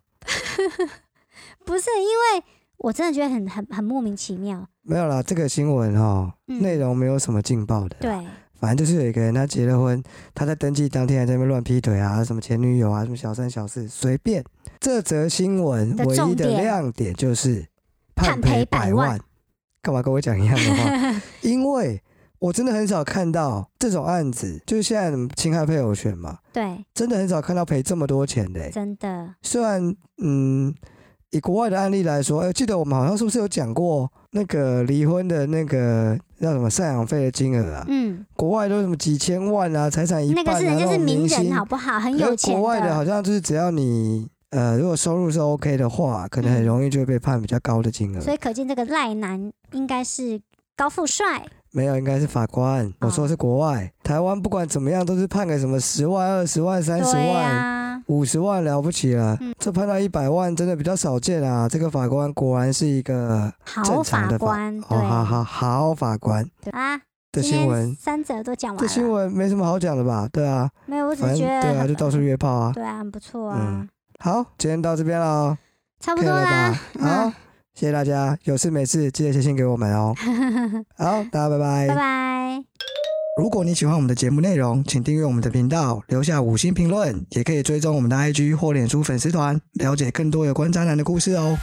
S2: 不是因为我真的觉得很很很莫名其妙。
S1: 没有啦，这个新闻哦，
S2: 嗯
S1: 内容没有什么劲爆的，
S2: 对，
S1: 反正就是有一个人他结了婚，他在登记当天还在那边乱劈腿啊，什么前女友啊，什么小三小四，随便。这则新闻
S2: 的
S1: 唯一
S2: 重
S1: 的
S2: 点
S1: 亮点就是
S2: 判赔百
S1: 百
S2: 万
S1: 万，干嘛跟我讲一样的话？ 因为我真的很少看到这种案子，就是现在侵害配偶权嘛，
S2: 对，
S1: 真的很少看到赔这么多钱的欸、
S2: 真的，
S1: 虽然，嗯，以国外的案例来说，哎、记得我们好像是不是有讲过那个离婚的那个叫什么赡养费的金额啊？
S2: 嗯，
S1: 国外都什么几千万啊，财产一
S2: 那
S1: 半、啊，
S2: 个是人家
S1: 那
S2: 是
S1: 种
S2: 名
S1: 明
S2: 人，
S1: 星
S2: 好不好？很
S1: 可
S2: 有
S1: 是
S2: 钱
S1: 国外的好像就是只要你呃，如果收入是 OK 的话，可能很
S2: 嗯
S1: 容易就会被判比较高的金额。
S2: 所以可见这个赖男应该是高富帅，
S1: 没有，应该是法官。我
S2: 哦
S1: 说是国外，台湾不管怎么样都是判个什么十万、二十万、三十
S2: 对啊
S1: 万、
S2: 呀，
S1: 五十、万了不起了，
S2: 嗯
S1: 这判到一百万真的比较少见啊！这个法官果然是一个
S2: 好
S1: 正常
S2: 法
S1: 的法
S2: 官，
S1: 哦，好
S2: 嗯对
S1: 好好法官
S2: 对啊，
S1: 的
S2: 今
S1: 新
S2: 天
S1: 闻。
S2: 三者都讲
S1: 这
S2: 完
S1: 新
S2: 了，
S1: 闻没什么好讲的吧？对啊，
S2: 没有，我只
S1: 反正
S2: 觉得
S1: 对啊，
S2: 很
S1: 就到处约炮啊。
S2: 对啊，很不错
S1: 嗯
S2: 啊，
S1: 好，今天到这边了，
S2: 差不
S1: 可以
S2: 多
S1: 了吧
S2: 啦，？
S1: 好
S2: 嗯，
S1: 谢谢大家，有事没事记得写信给我们 哦。好，大家
S2: 拜拜。
S1: 如果你喜欢我们的节目内容，请订阅我们的频道，留下五星评论，也可以追踪我们的 IG 或脸书粉丝团，了解更多有关渣男的故事哦。